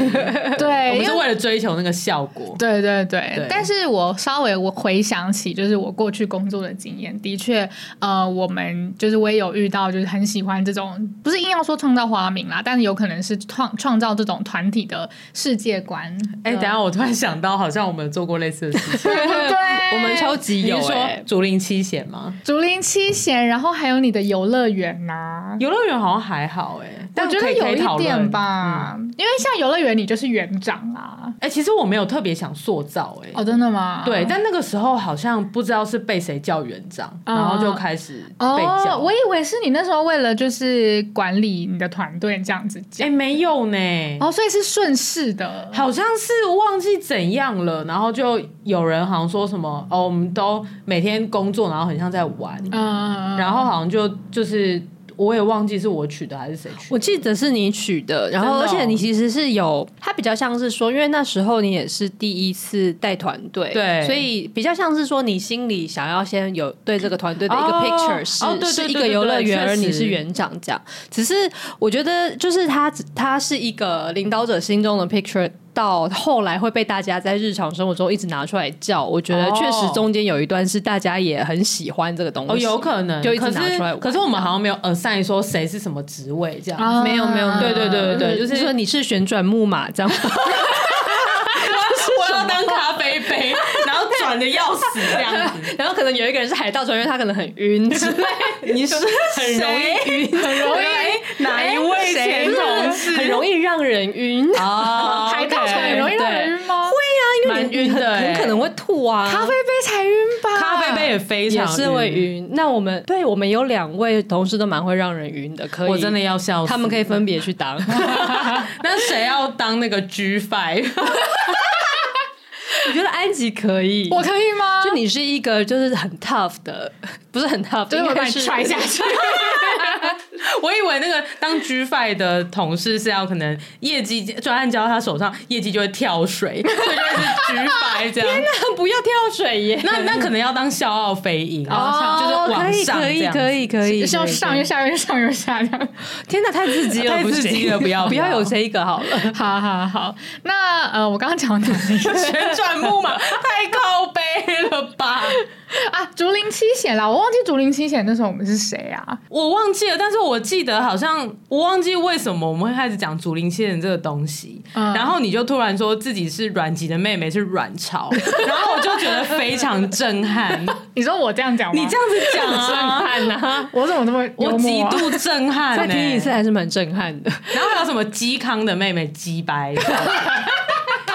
Speaker 2: 对，
Speaker 3: 我
Speaker 2: 因
Speaker 3: 们
Speaker 2: 为
Speaker 3: 是为了追求那个效果。
Speaker 2: 对对对，
Speaker 3: 对
Speaker 2: 但是我稍微我回想起，就是我过去工作的经验，的确，呃，我们就是我也有遇到，就是很喜欢这种，不是硬要说创造花名啦，但是有可能是创创造这种团体的世界
Speaker 3: [laughs]
Speaker 2: 观。
Speaker 3: 哎、等一下，我突然想到，好像我们有做过类似的事情。
Speaker 2: 对，
Speaker 4: 我们超级
Speaker 3: 你
Speaker 4: 有
Speaker 3: 是说
Speaker 4: 哎、
Speaker 3: 欸竹林七贤吗？
Speaker 2: 竹林七贤，然后还有你的游乐园呐、
Speaker 3: 游乐园好像还好哎、但
Speaker 2: 我觉
Speaker 3: 可
Speaker 2: 得
Speaker 3: 以可
Speaker 2: 有
Speaker 3: 以讨
Speaker 2: 一点
Speaker 3: 论。嗯
Speaker 2: 吧，因为像游乐园，你就是园长啊。
Speaker 3: 哎、其实我没有特别想塑造哎、
Speaker 2: 哦，真的吗？
Speaker 3: 对，但那个时候好像不知道是被谁叫园长，
Speaker 2: 嗯
Speaker 3: 然后就开始被叫。
Speaker 2: 哦，我以为是你那时候为了就是管理你的团队这样子讲。
Speaker 3: 哎、没有呢、
Speaker 2: 哦，所以是顺势的。
Speaker 3: 好像是忘记怎样了，然后就有人好像说什么哦，我们都每天工作，然后很像在玩，
Speaker 2: 嗯，
Speaker 3: 然后好像就就是我也忘记是我取的还是谁取的。
Speaker 4: 我记得是你取的，然后
Speaker 3: 真的哦
Speaker 4: 而且你其实是有，它比较像是说，因为那时候你也是第一次带团队，
Speaker 3: 对
Speaker 4: 所以比较像是说你心里想要先有对这个团队的一个
Speaker 3: 哦
Speaker 4: picture 是、
Speaker 3: 哦对对
Speaker 4: 是
Speaker 3: 对
Speaker 4: 一个
Speaker 3: 对
Speaker 4: 游乐
Speaker 3: 对
Speaker 4: 园，
Speaker 3: 确
Speaker 4: 而你
Speaker 3: 实
Speaker 4: 是园长这样。只是我觉得就是他他是一个领导者心中的 picture。到后来会被大家在日常生活中一直拿出来叫，我觉得
Speaker 3: 哦
Speaker 4: 确实中间有一段是大家也很喜欢这个东西，
Speaker 3: 哦，有可能，
Speaker 4: 就一直
Speaker 3: 可
Speaker 4: 拿
Speaker 3: 是
Speaker 4: 出来玩
Speaker 3: 可是我们好像没有 assign 说谁是什么职位这样。
Speaker 2: 啊
Speaker 4: 没有没有，
Speaker 3: 对对
Speaker 2: 嗯
Speaker 3: 对对对
Speaker 4: 就
Speaker 3: 就是是
Speaker 4: 嗯说你是旋转木马这样， [laughs]
Speaker 3: 我要当咖啡杯，然后转的要死这样子。
Speaker 4: 然后可能有一个人是海盗船员，他可能很晕之类，
Speaker 3: 你是很容易晕，很容
Speaker 4: 哎
Speaker 3: 易哪一位前同事
Speaker 4: 很容易让人晕， [laughs]
Speaker 3: 啊
Speaker 2: 海盗船很容易让人晕吗？
Speaker 3: 会啊，因为蛮晕的欸，
Speaker 4: 很可能会吐啊。
Speaker 2: 咖啡杯才晕吧？
Speaker 3: 咖啡杯也非
Speaker 4: 也
Speaker 3: 常
Speaker 4: 是会。晕。那我们对我们有两位同事都蛮会让人晕的，可以，
Speaker 3: 我真的要笑死！
Speaker 4: 他们可以分别去当。 [laughs] 啊
Speaker 3: 那谁要当那个 G five？
Speaker 4: 我觉得安吉可以，
Speaker 2: 我可以吗？
Speaker 4: 就你是一个就是很 tough 的，不是很 tough，
Speaker 2: 对，
Speaker 4: 应
Speaker 2: 我把
Speaker 4: 该
Speaker 2: 你
Speaker 4: 是
Speaker 2: 踹下去。
Speaker 3: 我以为那个当 G five 的同事是要可能业绩专案交到他手上，业绩就会跳水，所以就是 G five
Speaker 4: [laughs]
Speaker 3: 这样。
Speaker 4: 不要跳水耶。
Speaker 3: 那那可能要当笑傲飞鹰，
Speaker 2: 哦
Speaker 3: 就是
Speaker 4: 可
Speaker 3: 往
Speaker 4: 以
Speaker 3: 上
Speaker 4: 可
Speaker 3: 这
Speaker 4: 以
Speaker 3: 样子
Speaker 4: 可以可以，
Speaker 2: 是要上又下，又上又下这样。
Speaker 4: 天哪，太刺激
Speaker 3: [laughs]
Speaker 4: 了，
Speaker 3: 太
Speaker 4: 不
Speaker 3: 刺
Speaker 4: 行
Speaker 3: 激了不要
Speaker 4: [laughs] 不要
Speaker 3: 不要
Speaker 4: 有这一个好了。
Speaker 2: 好好好，那呃，我刚刚讲到哪里
Speaker 3: 旋转 [laughs] 木马太靠背了吧？
Speaker 2: 啊？竹林七贤啦，我忘记竹林七贤那时候我们是谁啊？
Speaker 3: 我忘记了，但是我记得好像我忘记为什么我们会开始讲竹林七人这个东西，
Speaker 2: 嗯
Speaker 3: 然后你就突然说自己是阮籍的妹妹是阮
Speaker 4: [laughs]
Speaker 3: 朝，然后我就觉得非常震撼。
Speaker 2: 你说我这样讲吗？
Speaker 3: 你这样子讲
Speaker 4: 震
Speaker 3: 啊，
Speaker 4: 撼呐！
Speaker 2: 我怎么这么
Speaker 3: 我
Speaker 2: 幽
Speaker 3: 极
Speaker 2: 默啊
Speaker 3: 度震
Speaker 4: [laughs]
Speaker 3: 撼、欸。
Speaker 4: [laughs] 再听一次还是蛮震撼
Speaker 3: [laughs]
Speaker 4: 的。
Speaker 3: 然后还有什么嵇康的妹妹嵇白，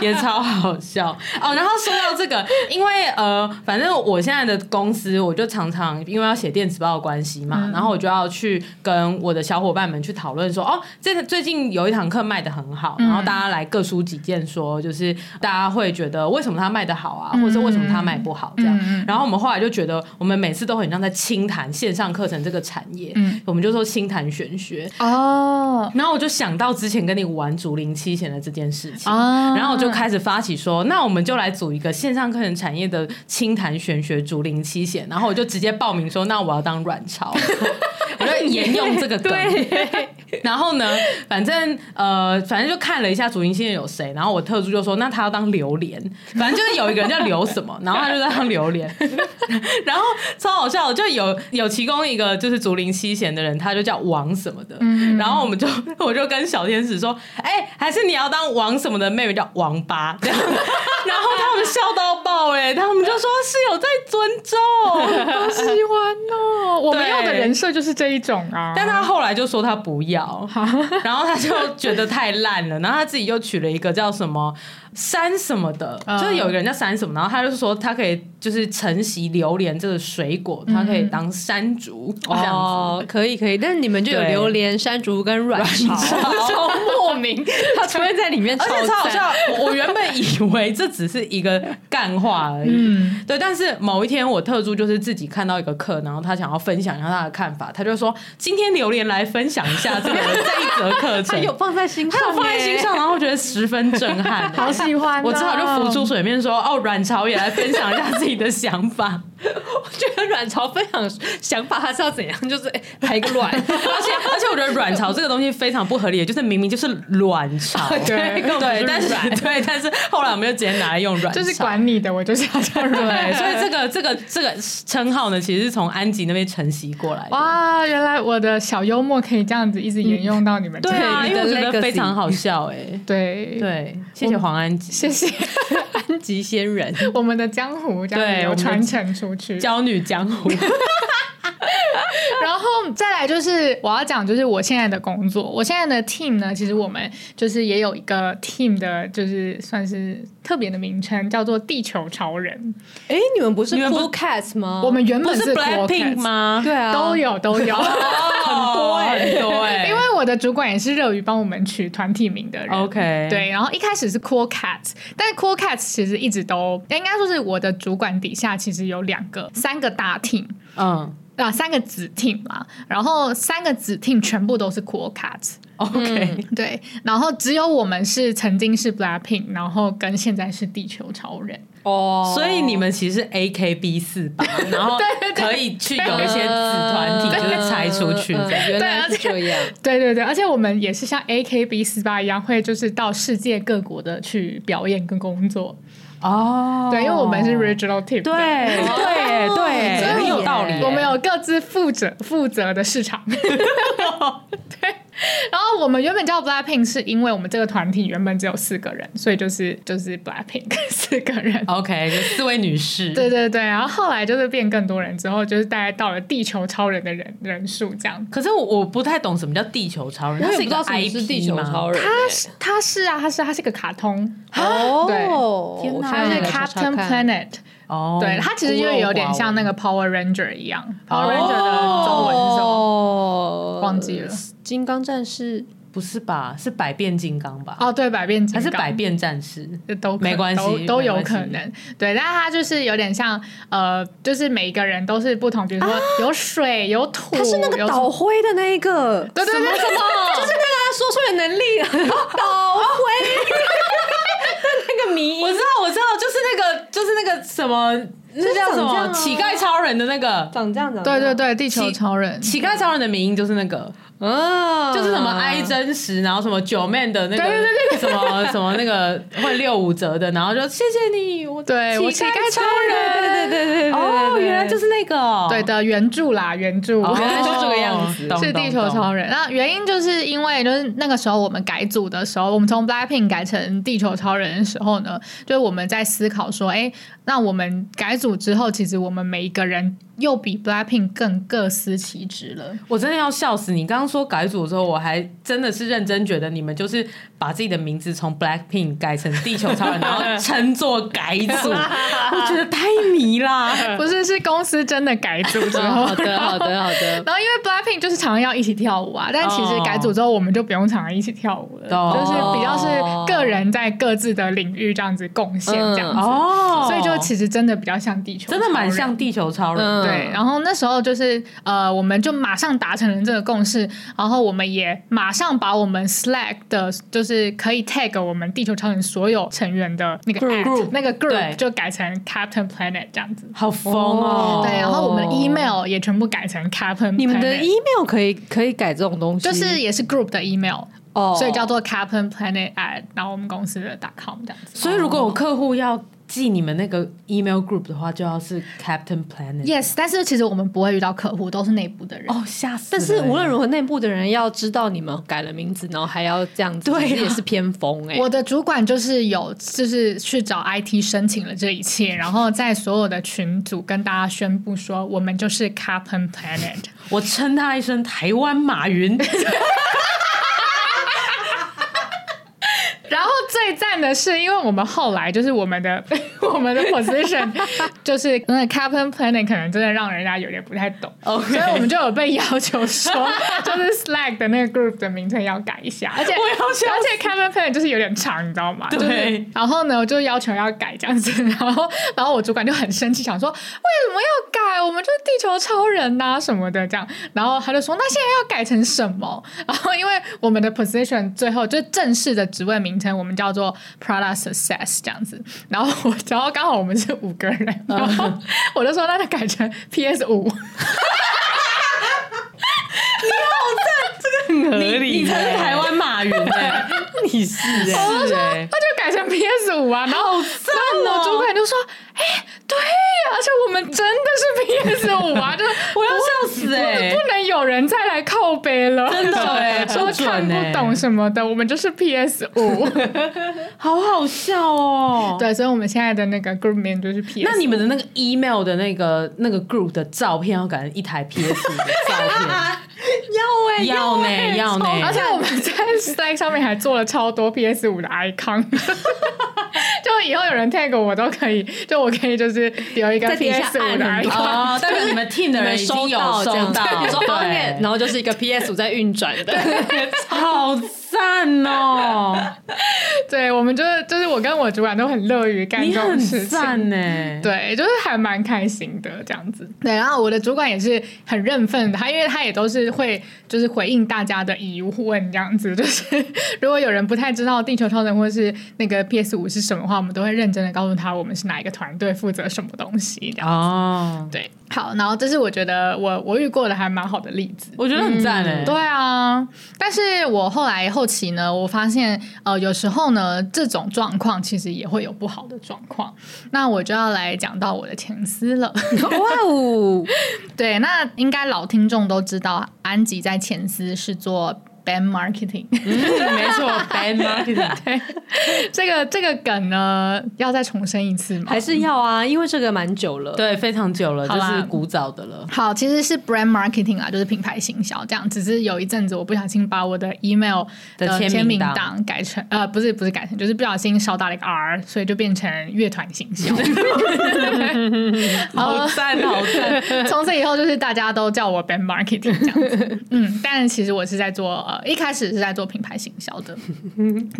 Speaker 3: 也超好笑哦。然后说到这个，因为呃，反正我现在的公司，我就常常因为要写电子报的关系嘛，然后我就要去跟我的小伙伴们去讨论说，哦，这最近有一堂课卖的很好，然后大家来各抒己见说，就是大家会觉得为什么它卖的好啊，或者是为什么它卖不好这样。然后我们后来就觉得，我们每次都很像在轻谈线上课程这个产业，我们就说轻谈玄学，
Speaker 2: 哦
Speaker 3: 然后我就想到之前跟你玩竹林七贤的这件事情，
Speaker 2: 啊
Speaker 3: 然后我就开始发起说，那我们就来组一个线上课程产业的清谈玄学竹林七贤，然后我就直接报名说，那我要当卵巢，我就沿用这个梗。 [laughs] 然后呢，反正呃，反正就看了一下竹林七贤有谁，然后我特助就说，那他要当榴莲，反正就是有一个人叫刘什么，然后他就当榴莲，然后超好笑的，就有有其中一个就是竹林七贤的人，他就叫王什么的，然后我们就我就跟小天使说，哎、还是你要当王什么的妹妹叫王八，这样然后他们笑到爆、哎，他们就说是有在尊重，
Speaker 2: 好喜欢哦！我们
Speaker 3: 对
Speaker 2: 要的人设就是这一种啊。
Speaker 3: [laughs] 但他后来就说他不要，然后他就觉得太烂了，然后他自己就取了一个叫什么山什么的，
Speaker 2: 嗯
Speaker 3: 就是有一个人叫山什么，然后他就说他可以就是承袭榴莲这个水果，他可以当山竹、这样子。
Speaker 4: 哦，可以可以，但是你们就有
Speaker 3: 对
Speaker 4: 榴莲、山竹跟软草，超莫名，它出现在里面，
Speaker 3: [laughs] 而且超好
Speaker 4: 赞
Speaker 3: 笑，我我原本以为这只是一个干话而已，
Speaker 2: 嗯，
Speaker 3: 对，但是某一天我特助就是自己看到一个课，然后他想要分享一下他的看法，他就说今天榴莲来分享一下这个这一则课程，
Speaker 4: 有放在心上，
Speaker 3: 他有放在心。上，然后觉得十分震撼。欸
Speaker 2: [laughs] 好喜欢哦。
Speaker 3: 我只好就浮出水面说，哦，阮朝也来分享一下自己的想
Speaker 2: [laughs]
Speaker 3: 法，
Speaker 4: 我觉得卵巢分享想法，他是要怎样？就是哎排个卵，
Speaker 3: 而且而且我觉得卵巢这个东西非常不合理，就是明明就是卵巢，
Speaker 2: [laughs] 对
Speaker 3: 对，但是对，但是后来我们就直接拿来用卵巢，
Speaker 2: 就是管你的，我就是要叫人。 [laughs]
Speaker 3: 对，所以这个这个这个称号呢，其实是从安吉那边承袭过来的。
Speaker 2: 哇，原来我的小幽默可以这样子一直沿用到你嗯们这
Speaker 3: 对
Speaker 2: 里。
Speaker 3: 啊，因为我
Speaker 4: 你的
Speaker 3: 觉得
Speaker 4: legacy
Speaker 3: 非常好笑哎、
Speaker 2: 对，
Speaker 3: 对，谢谢黄安吉，
Speaker 2: 谢谢 [laughs]
Speaker 4: 安吉仙人。
Speaker 2: 我们的江湖这样
Speaker 3: 对
Speaker 2: 子
Speaker 3: 我
Speaker 2: 有
Speaker 3: 们的
Speaker 2: 传承出去。
Speaker 3: [laughs] 娇女江
Speaker 2: [laughs]
Speaker 3: 湖。
Speaker 2: 然后再来就是我要讲，就是我现在的工作，我现在的 team 呢，其实我们就是也有一个 team 的，就是算是特别的名称，叫做地球超人。
Speaker 4: 哎，你们不是
Speaker 3: 你们不
Speaker 4: Blue Cats 吗？
Speaker 2: 我们原本
Speaker 3: 哦不是 Blackpink
Speaker 2: Blackpink
Speaker 3: 吗？哦
Speaker 4: 对啊，
Speaker 2: 都有都有。[laughs]
Speaker 3: [laughs] 很多哎、很多哎、
Speaker 2: 因为我的主管也是热于帮我们取团体名的人
Speaker 3: OK
Speaker 2: 对，然后一开始是 Cool Cats，但是 Cool Cats 其实一直都应该说是我的主管底下其实有两个、三个大 team，
Speaker 3: 嗯
Speaker 2: 啊，三个子 team 啦，然后三个子 team 全部都是 Cool Cats，
Speaker 4: 嗯
Speaker 3: ，OK，
Speaker 2: 对，然后只有我们是曾经是 Blackpink，然后跟现在是地球超人，
Speaker 4: 哦，
Speaker 3: [laughs] 所以你们其实是 AKB 四
Speaker 4: [laughs]
Speaker 3: 八，然后可以去有一些子团体，就是拆出去
Speaker 4: 嗯
Speaker 3: 这样。
Speaker 4: 原
Speaker 2: 对
Speaker 4: 来
Speaker 2: 而
Speaker 4: 是
Speaker 2: 且
Speaker 4: 这样。
Speaker 2: 对对对，而且我们也是像 AKB 四八一样，会就是到世界各国的去表演跟工作，
Speaker 3: 哦
Speaker 2: 对，因为我们是 Regional Team，
Speaker 3: 对
Speaker 2: 的
Speaker 3: 对
Speaker 4: 哦
Speaker 2: 所
Speaker 3: 对，
Speaker 2: 以
Speaker 3: 哎很有
Speaker 2: 我
Speaker 3: 道理耶。
Speaker 2: 我们有各自负责负责的市场。对，然后我们原本叫 Blackpink，是因为我们这个团体原本只有四个人，所以就是就是 Blackpink 四个人。
Speaker 3: OK，就四位女士，
Speaker 2: 对对对，然后后来就是变更多人之后，就是大概到了地球超人的人人数这样。
Speaker 3: 可是我我不太懂什么叫地球超人，
Speaker 4: 我
Speaker 3: 它
Speaker 4: 也不
Speaker 3: 一
Speaker 4: 知
Speaker 3: 个
Speaker 4: 道什么是
Speaker 3: IP
Speaker 4: 地球
Speaker 3: 吗
Speaker 4: 超人欸，
Speaker 2: 他是他是啊，他是他是个卡通，
Speaker 4: 哦，
Speaker 3: 对天哪
Speaker 2: 他
Speaker 3: 嗯
Speaker 2: 是
Speaker 3: 来
Speaker 2: Captain Planet，
Speaker 3: 哦，
Speaker 2: 对他其实就有点像那
Speaker 3: 个
Speaker 2: 个 Power Ranger 一样
Speaker 3: 哦
Speaker 2: ，Power Ranger 的中文是什么？
Speaker 4: 哦，
Speaker 2: 忘记了
Speaker 4: 金刚战士
Speaker 3: 不是吧？是百变金刚吧？
Speaker 2: 哦，对，百变金
Speaker 3: 还
Speaker 2: 刚
Speaker 3: 是百变战士？
Speaker 2: 都可
Speaker 3: 没关系
Speaker 2: 都都有
Speaker 3: 没关系
Speaker 2: 可能。对，但是它就是有点像呃，就是每一个人都是不同，比如说有水、有土，
Speaker 4: 他是那个
Speaker 2: 有
Speaker 4: 倒
Speaker 2: 什
Speaker 4: 灰的那一个，
Speaker 2: 对对对，什 [laughs] 么？
Speaker 4: 就是那个他说出来的能力倒灰，那个迷
Speaker 3: 我知道，我知道，就是那个，就是那个什么，那叫什
Speaker 4: 长这样
Speaker 3: 么
Speaker 4: 啊
Speaker 3: 乞丐超人的那个。
Speaker 4: 长这样长这
Speaker 2: 对
Speaker 4: 样
Speaker 2: 对，对，地球超人。
Speaker 3: 乞丐超人的名音就是那个，
Speaker 4: 啊，
Speaker 3: 就是什么哀真实，然后什么九妹的那个，
Speaker 2: 对对
Speaker 3: 什么什么那个会六五折的，然后就谢谢你，我
Speaker 2: 对我乞丐超人
Speaker 3: 对对对对对，哦，原来就是那个哦，
Speaker 2: 对的，原著啦，原著。 [laughs]
Speaker 3: 哦，
Speaker 4: 原来是这个样子
Speaker 3: 懂
Speaker 2: 是地球超，人，那原因就是因为就是那个时候我们改组的时候，我们从 Blackpink 改成地球超人的时候呢，就是我们在思考说，哎，那我们改组之后，其实我们每一个人又比 Blackpink 更各司其职了。
Speaker 3: 懂我真的要笑死！你刚刚说改组之后，我还真的是认真觉得你们就是把自己的名字从 Blackpink 改成地球超人，然后称作改组，我觉得太迷啦。
Speaker 2: 不是，是公公司真的改组之后，
Speaker 4: 好的，好的，好的。
Speaker 2: [laughs] 然后因为 Blackpink 就是常常要一起跳舞啊，但其实
Speaker 3: 哦
Speaker 2: 改组之后我们就不用常常一起跳舞了，
Speaker 3: 懂
Speaker 2: 就是比较是个人在各自的领域这样子贡献这样子，
Speaker 3: 哦，
Speaker 2: 所以就其实真的比较像地球超
Speaker 3: 真
Speaker 2: 人，
Speaker 3: 的蛮像地球超人。
Speaker 4: 嗯
Speaker 2: 对，然后那时候就是呃，我们就马上达成了这个共识，然后我们也马上把我们 Slack 的，就是可以 tag 我们地球超人所有成员的那个
Speaker 3: Group
Speaker 2: app, 那个
Speaker 3: 对
Speaker 2: group 就改成 Captain Planet 这样子。
Speaker 3: 好疯哦！
Speaker 2: 对，然后我们的 email 也全部改成 Captain Planet。
Speaker 4: 你们的
Speaker 3: E
Speaker 4: email 可以可以改这种东西，
Speaker 2: 就是也是 group 的 email，、
Speaker 4: 哦，
Speaker 2: 所以叫做 Captain Planet at，然后我们公司的 .com 这样子。
Speaker 3: 所以如果有客户要寄你们那个 email group 的话，就要是 Captain Planet。
Speaker 2: Yes，但是其实我们不会遇到客户，都是内部的人。
Speaker 3: 哦，吓死！
Speaker 4: 但是无论如何，内部的人要知道你们改了名字，然后还要这样子，
Speaker 3: 对啊
Speaker 4: 其实也是偏锋哎、
Speaker 2: 我的主管就是有，就是去找 IT 申请了这一切，然后在所有的群组跟大家宣布说，我们就是 Captain Planet。
Speaker 3: 我称他一声台湾马云，
Speaker 2: 然后最赞的是，因为我们后来就是我们的 [laughs] 我们的 position [laughs] 就是那个 Captain Planet 可能真的让人家有点不太懂
Speaker 3: OK
Speaker 2: 所以我们就有被要求说， [laughs] 就是 Slack 的那个 group 的名称要改一下，而且
Speaker 3: 我要笑
Speaker 2: 而且 Captain Planet 就是有点长，你知道吗？
Speaker 3: 对
Speaker 2: 就是然后呢，我就要求要改这样子，然后然后我主管就很生气，想说为什么要改？我们就是地球超人呐、什么的这样。然后他就说那现在要改成什么？然后因为我们的 position 最后就是正式的职位名称，我们叫做 Product Success 这样子。然后我然后刚好我们是五个人，然后我就说那就改成 PS 五。
Speaker 3: 你你才是台湾马云哎，你是哎，是哎，
Speaker 2: 他就改成 PS 五啊，然后、然后我主管就说：“哎、对呀、而且我们真的是 PS 五啊，
Speaker 3: [laughs]
Speaker 2: 就
Speaker 3: 我要笑死哎
Speaker 2: 不！能有人再来靠背了， [laughs]
Speaker 3: 真的欸
Speaker 2: 说
Speaker 3: 很准
Speaker 2: 看
Speaker 3: 欸
Speaker 2: 不懂什么的，我们就是 PS
Speaker 3: [laughs]
Speaker 2: 五，
Speaker 3: 好好笑哦。
Speaker 2: 对，所以我们现在的那个 group name 就是 PS。
Speaker 3: 那你们的那个 email 的那个那个 group 的照片要改成一台 PS 的照片，要哎、要呢、要
Speaker 2: 而
Speaker 3: 呢、
Speaker 2: 且我们在 Slack 上面还做了超多 PS 五的 icon，就以后有人 tag 我都可以，就我可以就是留一个
Speaker 4: 在底下
Speaker 2: PS 五
Speaker 4: 按
Speaker 2: 的
Speaker 4: 很
Speaker 2: icon。
Speaker 3: 哦，代表你们 team 的
Speaker 4: 你
Speaker 3: 人
Speaker 4: 们
Speaker 3: 已经
Speaker 4: 收
Speaker 3: 有
Speaker 4: 到这样
Speaker 3: 收
Speaker 4: 子，
Speaker 3: 到，
Speaker 4: 你说 o
Speaker 3: 对
Speaker 4: k 然后就是一个 PS 在运转的，
Speaker 3: 好赞哦、
Speaker 2: 对，我们就是就是我跟我主管都很乐于干
Speaker 3: 你
Speaker 2: 这种
Speaker 3: 很
Speaker 2: 事情。
Speaker 3: 赞欸呢、
Speaker 2: 对，就是还蛮开心的这样子。对，然后我的主管也是很认份的，他因为他也都是会就是回应大家的疑问这样子，就是如果有人不太知道地球超人或是那个 PS 五是什么的话，我们都会认真的告诉他我们是哪一个团队负责什么东西这样。
Speaker 3: 哦，
Speaker 2: 对，好，然后这是我觉得我我遇过的还蛮好的例子。
Speaker 3: 我觉得很赞哎、
Speaker 2: [laughs] 对啊，但是我后来后期呢，我发现呃，有时候呢，这种状况其实也会有不好的状况。那我就要来讲到我的前司了。 [laughs]
Speaker 4: 哇哦，
Speaker 2: 对，那应该老听众都知道，安吉在前司是做 band marketing， [laughs]
Speaker 3: 嗯没错，bad marketing，
Speaker 2: 这个这个梗呢，要再重申一次吗？
Speaker 4: 还是要啊，因为这个蛮久了，，
Speaker 3: 对，非常久了，
Speaker 2: 好
Speaker 3: 就
Speaker 2: 啦
Speaker 3: 是古早的了。
Speaker 2: 好，其实是 brand marketing 啊，就是品牌行销这样。只是有一阵子我不小心把我的 email
Speaker 3: 的签名
Speaker 2: 签名
Speaker 3: 档
Speaker 2: 档改成呃，不是不是改成，就是不小心少打了一个 R，所以就变成乐团行
Speaker 3: [laughs]
Speaker 2: 销。 [laughs]
Speaker 3: 好赞，好赞！
Speaker 2: [laughs] 从此以后就是大家都叫我 brand marketing 这样子。嗯，但其实我是在做呃，一开始是在做品牌行销的。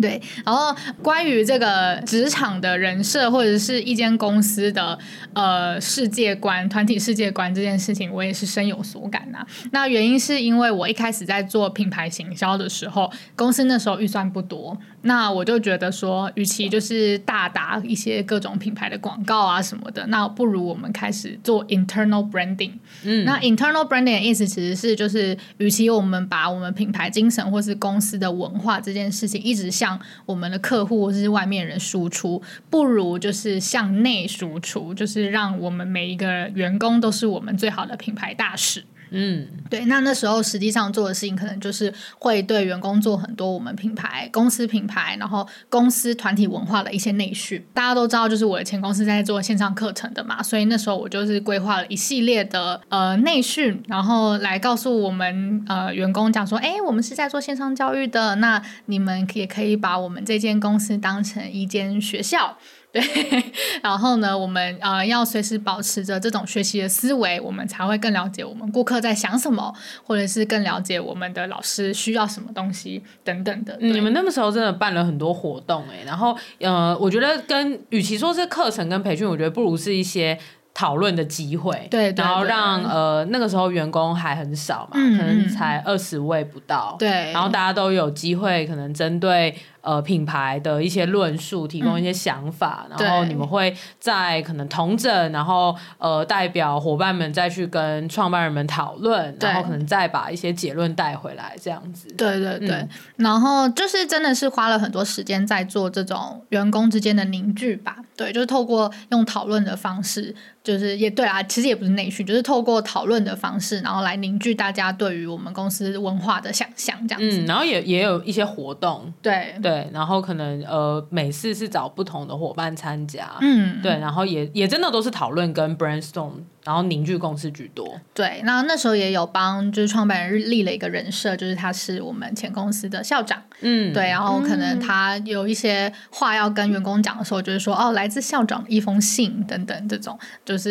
Speaker 2: 对，然后关于这个职场的人设或者是一间公司的呃世界观、团体世界观这件事情，我也是深有所感啊呐、那原因是因为我一开始在做品牌行销的时候，公司那时候预算不多，那我就觉得说，与其就是大打一些各种品牌的广告啊什么的，那不如我们开始做 internal branding。嗯，那 internal branding 的意思其实是就是，与其我们把我们品牌精神或是公司的文化这件事情一直向我们的客户或是外面人输出，不如就是向内输出，就是让我们每一个员工都是我们最好的品牌大使。
Speaker 3: 嗯，
Speaker 2: 对，那那时候实际上做的事情，可能就是会对员工做很多我们品牌、公司品牌，然后公司团体文化的一些内训。大家都知道，就是我的前公司在做线上课程的嘛，所以那时候我就是规划了一系列的呃内训，然后来告诉我们呃员工讲说，哎，我们是在做线上教育的，那你们也可以把我们这间公司当成一间学校。对，然后呢，我们呃要随时保持着这种学习的思维，我们才会更了解我们顾客在想什么，或者是更了解我们的老师需要什么东西等等的。对
Speaker 3: 嗯你们那个时候真的办了很多活动哎、然后呃，我觉得跟与其说是课程跟培训，我觉得不如是一些讨论的机会。
Speaker 2: 对对
Speaker 3: 然后
Speaker 2: 对
Speaker 3: 让呃那个时候员工还很少嘛，
Speaker 2: 嗯
Speaker 3: 可
Speaker 2: 嗯
Speaker 3: 能才二十位不到。
Speaker 2: 对，
Speaker 3: 然后大家都有机会，可能针对呃品牌的一些论述，提供一些想法，
Speaker 2: 嗯对
Speaker 3: 然后你们会在可能同整，然后呃代表伙伴们再去跟创办人们讨论，
Speaker 2: 对
Speaker 3: 然后可能再把一些结论带回来，这样子。
Speaker 2: 对对对，
Speaker 3: 嗯
Speaker 2: 然后就是真的是花了很多时间在做这种员工之间的凝聚吧。对，就是透过用讨论的方式，就是也对啊，其实也不是内训，就是透过讨论的方式，然后来凝聚大家对于我们公司文化的想象，这样子。
Speaker 3: 嗯，然后也也有一些活动，
Speaker 2: 对，
Speaker 3: 对，然后可能呃每次是找不同的伙伴参加，
Speaker 2: 嗯，
Speaker 3: 对，然后也也真的都是讨论跟 brainstorm，然后凝聚共识居多。
Speaker 2: 对。那那时候也有帮就是创办人立了一个人设，就是他是我们前公司的校长。
Speaker 3: 嗯，
Speaker 2: 对，，然后可能他有一些话要跟员工讲的时候，就是说哦，来自校长一封信等等这种，就是。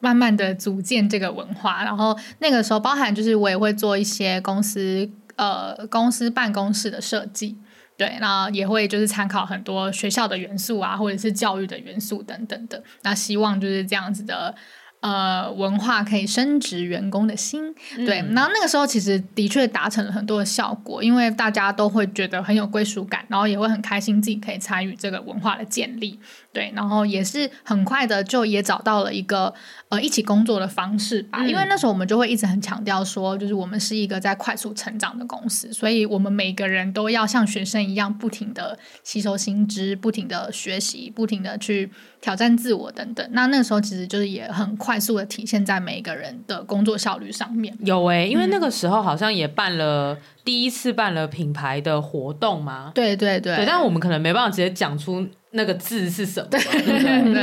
Speaker 2: 慢慢的组建这个文化，然后那个时候包含就是我也会做一些公司呃公司办公室的设计，对，那也会就是参考很多学校的元素啊，或者是教育的元素等等的，那希望就是这样子的呃文化可以升值员工的心，对，然后那个时候其实的确达成了很多的效果，因为大家都会觉得很有归属感，然后也会很开心自己可以参与这个文化的建立，对，然后也是很快的就也找到了一个呃一起工作的方式吧，因为那时候我们就会一直很强调说，就是我们是一个在快速成长的公司，所以我们每个人都要像学生一样，不停的吸收新知，不停的学习，不停的去挑战自我等等。那那个时候其实就是也很快速的体现在每一个人的工作效率上面。
Speaker 3: 有诶、因为
Speaker 2: 嗯
Speaker 3: 那个时候好像也办了、第一次办了品牌的活动嘛，
Speaker 2: 对对对，
Speaker 3: 对，但我们可能没办法直接讲出那个字是什么，对不对？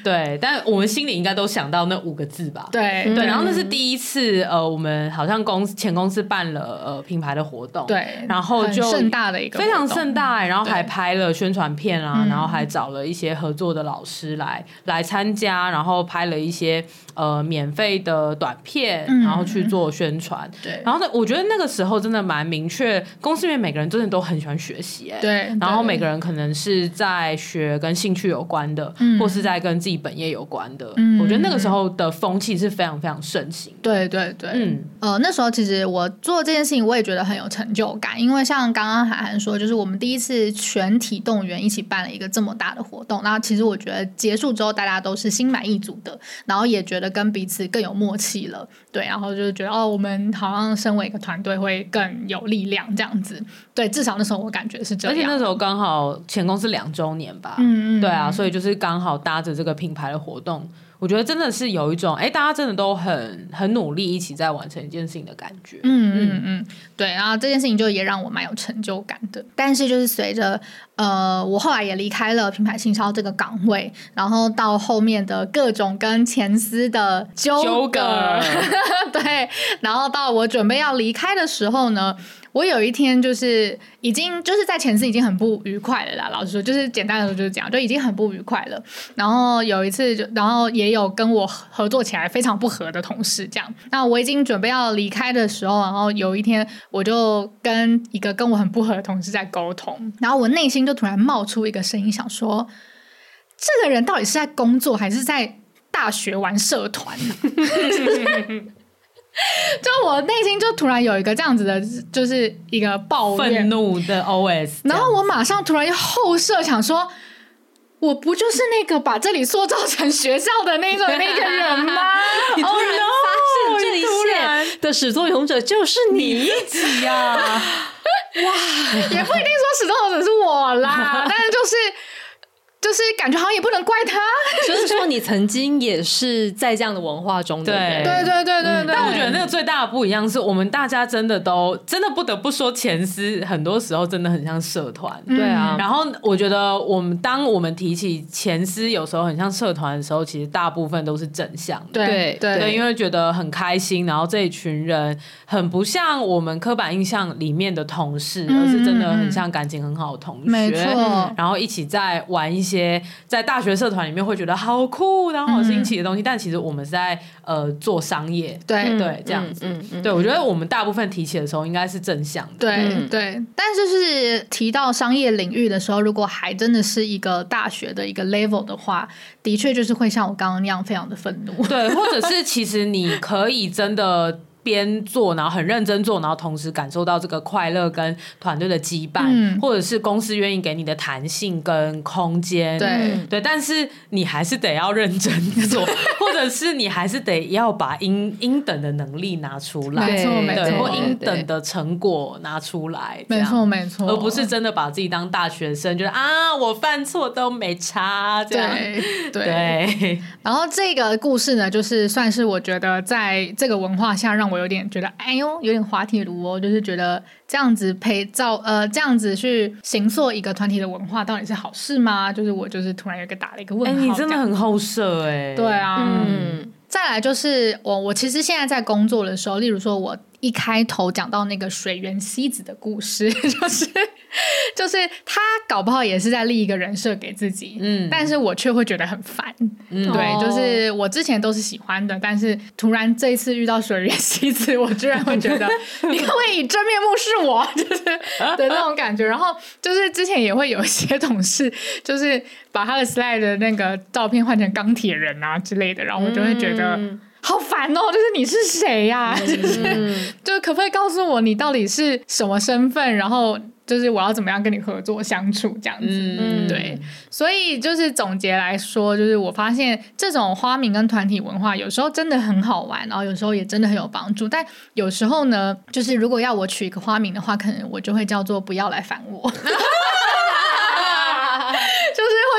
Speaker 2: 对
Speaker 3: [laughs] 对，但我们心里应该都想到那五个字吧。
Speaker 2: 对嗯
Speaker 3: 对，嗯然后那是第一次，呃，我们好像公司前公司办了呃品牌的活动，
Speaker 2: 对，
Speaker 3: 然后
Speaker 2: 很
Speaker 3: 就
Speaker 2: 盛大的一个
Speaker 3: 非常
Speaker 2: 活动
Speaker 3: 盛大欸、然后
Speaker 2: 对
Speaker 3: 还拍了宣传片啊，
Speaker 2: 嗯
Speaker 3: 然后还找了一些合作的老师来来参加，然后拍了一些呃免费的短片，
Speaker 2: 嗯
Speaker 3: 然后去做宣传。
Speaker 2: 对
Speaker 3: 然后呢，我觉得那个时候真的蛮明确，公司里面每个人真的都很喜欢学习、欸，
Speaker 2: 对，
Speaker 3: 然后每
Speaker 2: 个
Speaker 3: 个人可能是在学跟兴趣有关的，
Speaker 2: 嗯
Speaker 3: 或是在跟自己本业有关的。
Speaker 2: 嗯
Speaker 3: 我觉得那个时候的风气是非常非常盛行的。
Speaker 2: 对对对，
Speaker 3: 嗯，
Speaker 2: 呃，那时候其实我做这件事情，我也觉得很有成就感，因为像刚刚涵涵说，就是我们第一次全体动员一起办了一个这么大的活动，然后其实我觉得结束之后大家都是心满意足的，然后也觉得跟彼此更有默契了，对，然后就是觉得哦，我们好像身为一个团队会更有力量这样子，对，至少那时候我感觉是这
Speaker 3: 而且
Speaker 2: 样，
Speaker 3: 那时候刚好前公司两周年吧，
Speaker 2: 嗯嗯，
Speaker 3: 对啊，所以就是刚好搭着这个品牌的活动，我觉得真的是有一种哎、诶大家真的都很很努力，一起在完成一件事情的感觉。
Speaker 2: 嗯嗯嗯，对，然后这件事情就也让我蛮有成就感的。但是就是随着呃，我后来也离开了品牌行销这个岗位，然后到后面的各种跟前司的纠葛， [laughs] 对，然后到我准备要离开的时候呢，我有一天就是已经就是在前司已经很不愉快了啦。老实说，就是简单的说就是这样，就已经很不愉快了。然后有一次就，然后也有跟我合作起来非常不合的同事这样。那我已经准备要离开的时候，然后有一天我就跟一个跟我很不合的同事在沟通，然后我内心就突然冒出一个声音，想说这个人到底是在工作还是在大学玩社团呢、 [laughs] 就我内心就突然有一个这样子的，就是一个抱怨
Speaker 3: 愤怒
Speaker 2: [laughs]
Speaker 3: 的 OS，
Speaker 2: 然后我马上突然又后设想说，我不就是那个把这里塑造成学校的那种那个人
Speaker 3: [laughs]
Speaker 2: 吗？
Speaker 4: 你突然发现这一切的始作俑者就是你，
Speaker 3: 这样
Speaker 4: [laughs]
Speaker 2: 也不一定说始作俑者是我
Speaker 3: [laughs]
Speaker 2: 啦，但是就是就是感觉好像也不能怪他。
Speaker 4: 就是说你曾经也是在这样的文化中的人。
Speaker 3: 对嗯
Speaker 2: 对对对对对，
Speaker 3: 但我觉得那个最大的不一样是我们大家真的都真的不得不说，前司很多时候真的很像社团。
Speaker 2: 嗯
Speaker 4: 对啊
Speaker 3: 然后我觉得，我们当我们提起前司有时候很像社团的时候，其实大部分都是正向的。
Speaker 2: 对
Speaker 4: 对
Speaker 3: 对，因
Speaker 2: 为
Speaker 3: 为觉得很开心，然后这一群人很不像我们刻板印象里面的同事，
Speaker 2: 嗯
Speaker 3: 而是真的很像感情很好的同学，嗯
Speaker 2: 没错
Speaker 3: 然后一起在玩一些在大学社团里面会觉得好酷，然后好新奇的东西，但其实我们是在呃做商业，
Speaker 2: 对
Speaker 3: 对，这样子。
Speaker 4: 嗯嗯嗯
Speaker 3: 对，我觉得我们大部分提起的时候应该是正向的。
Speaker 2: 对
Speaker 4: 嗯
Speaker 2: 对，但就是提到商业领域的时候，如果还真的是一个大学的一个 level 的话，的确就是会像我刚刚那样非常的愤怒。
Speaker 3: [laughs] 对，或者是其实你可以真的。边做，然后很认真做，然后同时感受到这个快乐跟团队的羁绊，
Speaker 2: 嗯
Speaker 3: 或者是公司愿意给你的弹性跟空间，
Speaker 4: 嗯
Speaker 2: 对
Speaker 3: 对，但是你还是得要认真做， [laughs] 或者是你还是得要把应应等的能力拿出来，
Speaker 2: 没错没
Speaker 3: 对，
Speaker 2: 错
Speaker 3: 或应等的成果拿出来，这
Speaker 2: 没
Speaker 3: 样
Speaker 2: 错，没错，
Speaker 3: 而不是真的把自己当大学生，觉得啊，我犯错都没差，这样
Speaker 2: 对对
Speaker 3: 对，
Speaker 2: 然后这个故事呢，就是算是我觉得在这个文化下，让我有点觉得，哎呦，有点滑铁卢哦，就是觉得这样子陪造呃，这样子去行塑一个团体的文化，到底是好事吗？就是我就是突然有一个打了一个问
Speaker 3: 哎、
Speaker 2: 号，
Speaker 3: 你真
Speaker 2: 这
Speaker 3: 的
Speaker 2: 样
Speaker 3: 很后设哎、
Speaker 2: 对啊，
Speaker 4: 嗯
Speaker 2: 再来就是我，我其实现在在工作的时候，例如说我一开头讲到那个水原希子的故事， [laughs] 就是就是她搞不好也是在立一个人设给自己，
Speaker 3: 嗯
Speaker 2: 但是我却会觉得很烦，
Speaker 3: 嗯
Speaker 2: 对，
Speaker 4: 哦
Speaker 2: 就是我之前都是喜欢的，但是突然这一次遇到水原希子，我居然会觉得你可不可以以真面目是我， [laughs] 就是的那种感觉。然后就是之前也会有一些同事，就是把他的 slide 的那个照片换成钢铁人啊之类的，然后我就会觉得。
Speaker 3: 嗯
Speaker 2: 好烦哦！就是你是谁呀、就是就可不可以告诉我你到底是什么身份？然后就是我要怎么样跟你合作相处这样子？
Speaker 3: 嗯
Speaker 2: 对，所以就是总结来说，就是我发现这种花名跟团体文化有时候真的很好玩，然后有时候也真的很有帮助。但有时候呢，就是如果要我取一个花名的话，可能我就会叫做“不要来烦
Speaker 3: [laughs]
Speaker 2: 我”，就是会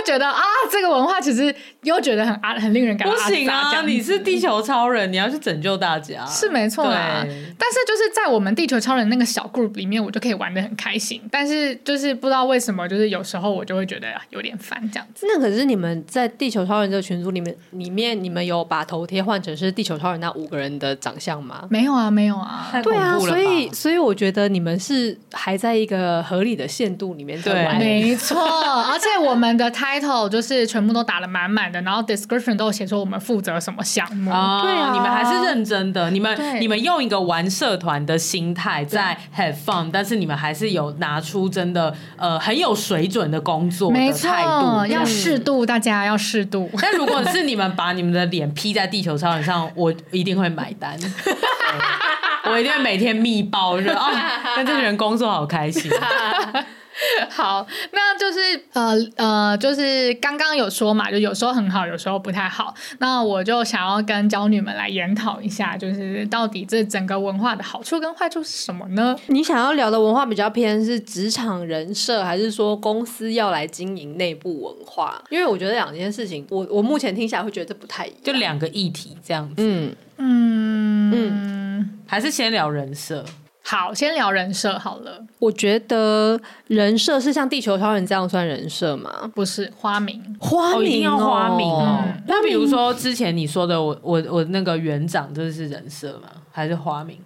Speaker 2: 觉得啊，这个文化其实又觉得很啊，很令人感到
Speaker 3: 不
Speaker 2: 阿
Speaker 3: 行
Speaker 2: 杂这
Speaker 3: 啊！
Speaker 2: 样子
Speaker 3: 你是地球超人，你要去拯救大家，
Speaker 2: 是没错啦
Speaker 3: 对。
Speaker 2: 但是就是在我们地球超人那个小 group 里面，我就可以玩的很开心。但是就是不知道为什么，就是有时候我就会觉得啊有点烦这样子。
Speaker 4: 那可是你们在地球超人这个群组里面，里面你们有把头贴换成是地球超人那五个人的长相吗？
Speaker 2: 没有啊，没有啊，
Speaker 3: 太恐
Speaker 4: 嗯对
Speaker 3: 怖了
Speaker 4: 啊，
Speaker 3: 吧
Speaker 4: 所以所以我觉得你们是还在一个合理的限度里面在玩。
Speaker 3: 对
Speaker 2: 没错，而且我们的 title 就是全部都打的满满的，然后 description 都有写说我们负责什么项目。
Speaker 3: 啊，
Speaker 4: 对啊
Speaker 3: 你们还是认真的，你
Speaker 2: 对
Speaker 3: 们你们用一个玩社团的心态在 have fun，但是你们还是有拿出真的呃很有水准的工作
Speaker 2: 没
Speaker 3: 的
Speaker 2: 错
Speaker 3: 态度，，
Speaker 2: 要适度，大家要适度。
Speaker 3: [laughs] 但如果是你们把你们的脸 P 在地球超人上，我一定会买
Speaker 4: [laughs]
Speaker 3: 单。对我一定会每天密报，说哦，跟这群人工作好开心。
Speaker 2: [laughs] 好，那就是呃呃，就是刚刚有说嘛，就有时候很好，有时候不太好。那我就想要跟娇女们来研讨一下，就是到底这整个文化的好处跟坏处是什么呢？
Speaker 4: 你想要聊的文化比较偏是职场人设，还是说公司要来经营内部文化？因为我觉得两件事情，我我目前听起来会觉得这不太一样。
Speaker 3: 就两个议题这样子，
Speaker 4: 嗯
Speaker 2: 嗯
Speaker 3: 还是先聊人设。
Speaker 2: 好，先聊人设好了，
Speaker 4: 我觉得人设是像地球超人这样算人设吗？
Speaker 2: 不是花名。
Speaker 4: 花名、哦
Speaker 3: 哦一定要花名哦
Speaker 2: 嗯。
Speaker 3: 那比如说之前你说的，我我我那个园长，这是人设吗？还是花名？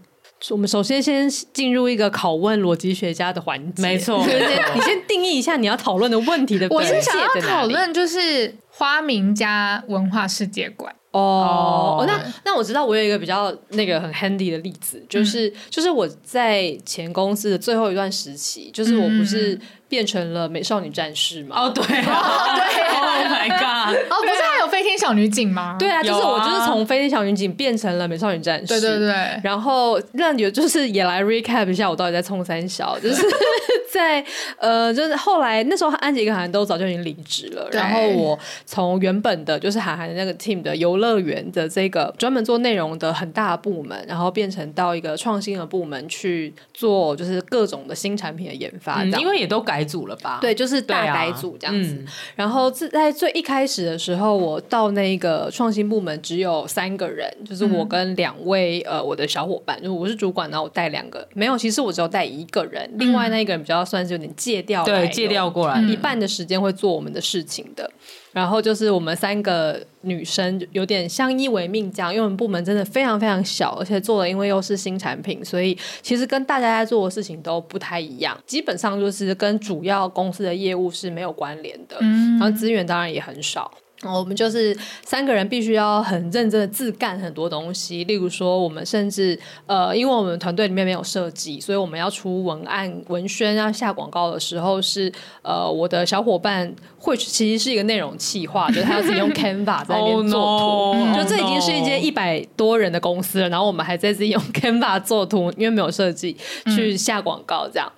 Speaker 4: 我们首先先进入一个拷问逻辑学家的环节，
Speaker 3: 没错
Speaker 4: 就
Speaker 3: 没
Speaker 4: 是先
Speaker 3: 错
Speaker 4: 你先定义一下你要讨论的问题的
Speaker 2: 我
Speaker 4: 边界
Speaker 2: 是想要
Speaker 4: 在哪
Speaker 2: 讨
Speaker 4: 里
Speaker 2: 论就是花名加文化世界观。
Speaker 4: 哦
Speaker 3: 哦
Speaker 4: 那那我知道，我有一个比较那个很 handy 的例
Speaker 2: 嗯
Speaker 4: 子，就是、就是我在前公司的最后一段时期，就是我不是
Speaker 2: 嗯
Speaker 4: 变成了美少女战士嘛？
Speaker 3: 哦，对啊，对，Oh my
Speaker 4: [laughs]
Speaker 3: god！
Speaker 2: [laughs] 哦，不是还有飞天小女警吗？
Speaker 4: 对啊，就
Speaker 3: 有
Speaker 4: 是我
Speaker 3: 啊
Speaker 4: 就是从飞天小女警变成了美少女战士，
Speaker 2: 对对
Speaker 4: [laughs]
Speaker 2: 对，
Speaker 4: 然后那也就是也来 recap 一下我到底在冲三小，就是 [laughs] 在呃，就是后来那时候安吉跟韩都早就已经离职了，
Speaker 2: 对
Speaker 4: 然后我从原本的就是韩寒的那个 team 的游乐园的这个专门做内容的很大的部门，然后变成到一个创新的部门去做就是各种的新产品的研啊发，这
Speaker 3: 嗯
Speaker 4: 样
Speaker 3: 因为也都改组了吧？
Speaker 4: 对，就是大
Speaker 3: 对啊
Speaker 4: 改组这样子。
Speaker 3: 嗯
Speaker 4: 然后自在最一开始的时候，我到那个创新部门只有三个人，就是我跟两位、呃我的小伙伴，就是我是主管，然后我带两个，没有，其实我只有带一个人，另外那一个人比较、较算是有嗯点戒掉，
Speaker 3: 对，戒掉。过来。
Speaker 4: 一半的时间会做我们的事情的。然后就是我们三个女生有点相依为命这样，因为我们部门真的非常非常小，而且做的因为又是新产品，所以其实跟大家在做的事情都不太一样，基本上就是跟主要公司的业务是没有关联的。
Speaker 2: 嗯
Speaker 4: 然后资源当然也很少。然后我们就是三个人，必须要很认真的自干很多东西。例如说，我们甚至呃，因为我们团队里面没有设计，所以我们要出文案、文宣，要下广告的时候是呃，我的小伙伴会其实是一个内容企划，就是他要自己用 Canva 在那
Speaker 3: Oh
Speaker 4: 边
Speaker 3: no，
Speaker 4: 做图。
Speaker 3: [laughs] oh
Speaker 4: 嗯就这已经是一
Speaker 3: no
Speaker 4: 间一百多人的公司了，然后我们还在自己
Speaker 3: [laughs]
Speaker 4: 用 Canva 做图，因为没有设计
Speaker 3: 嗯
Speaker 4: 去下广告这样。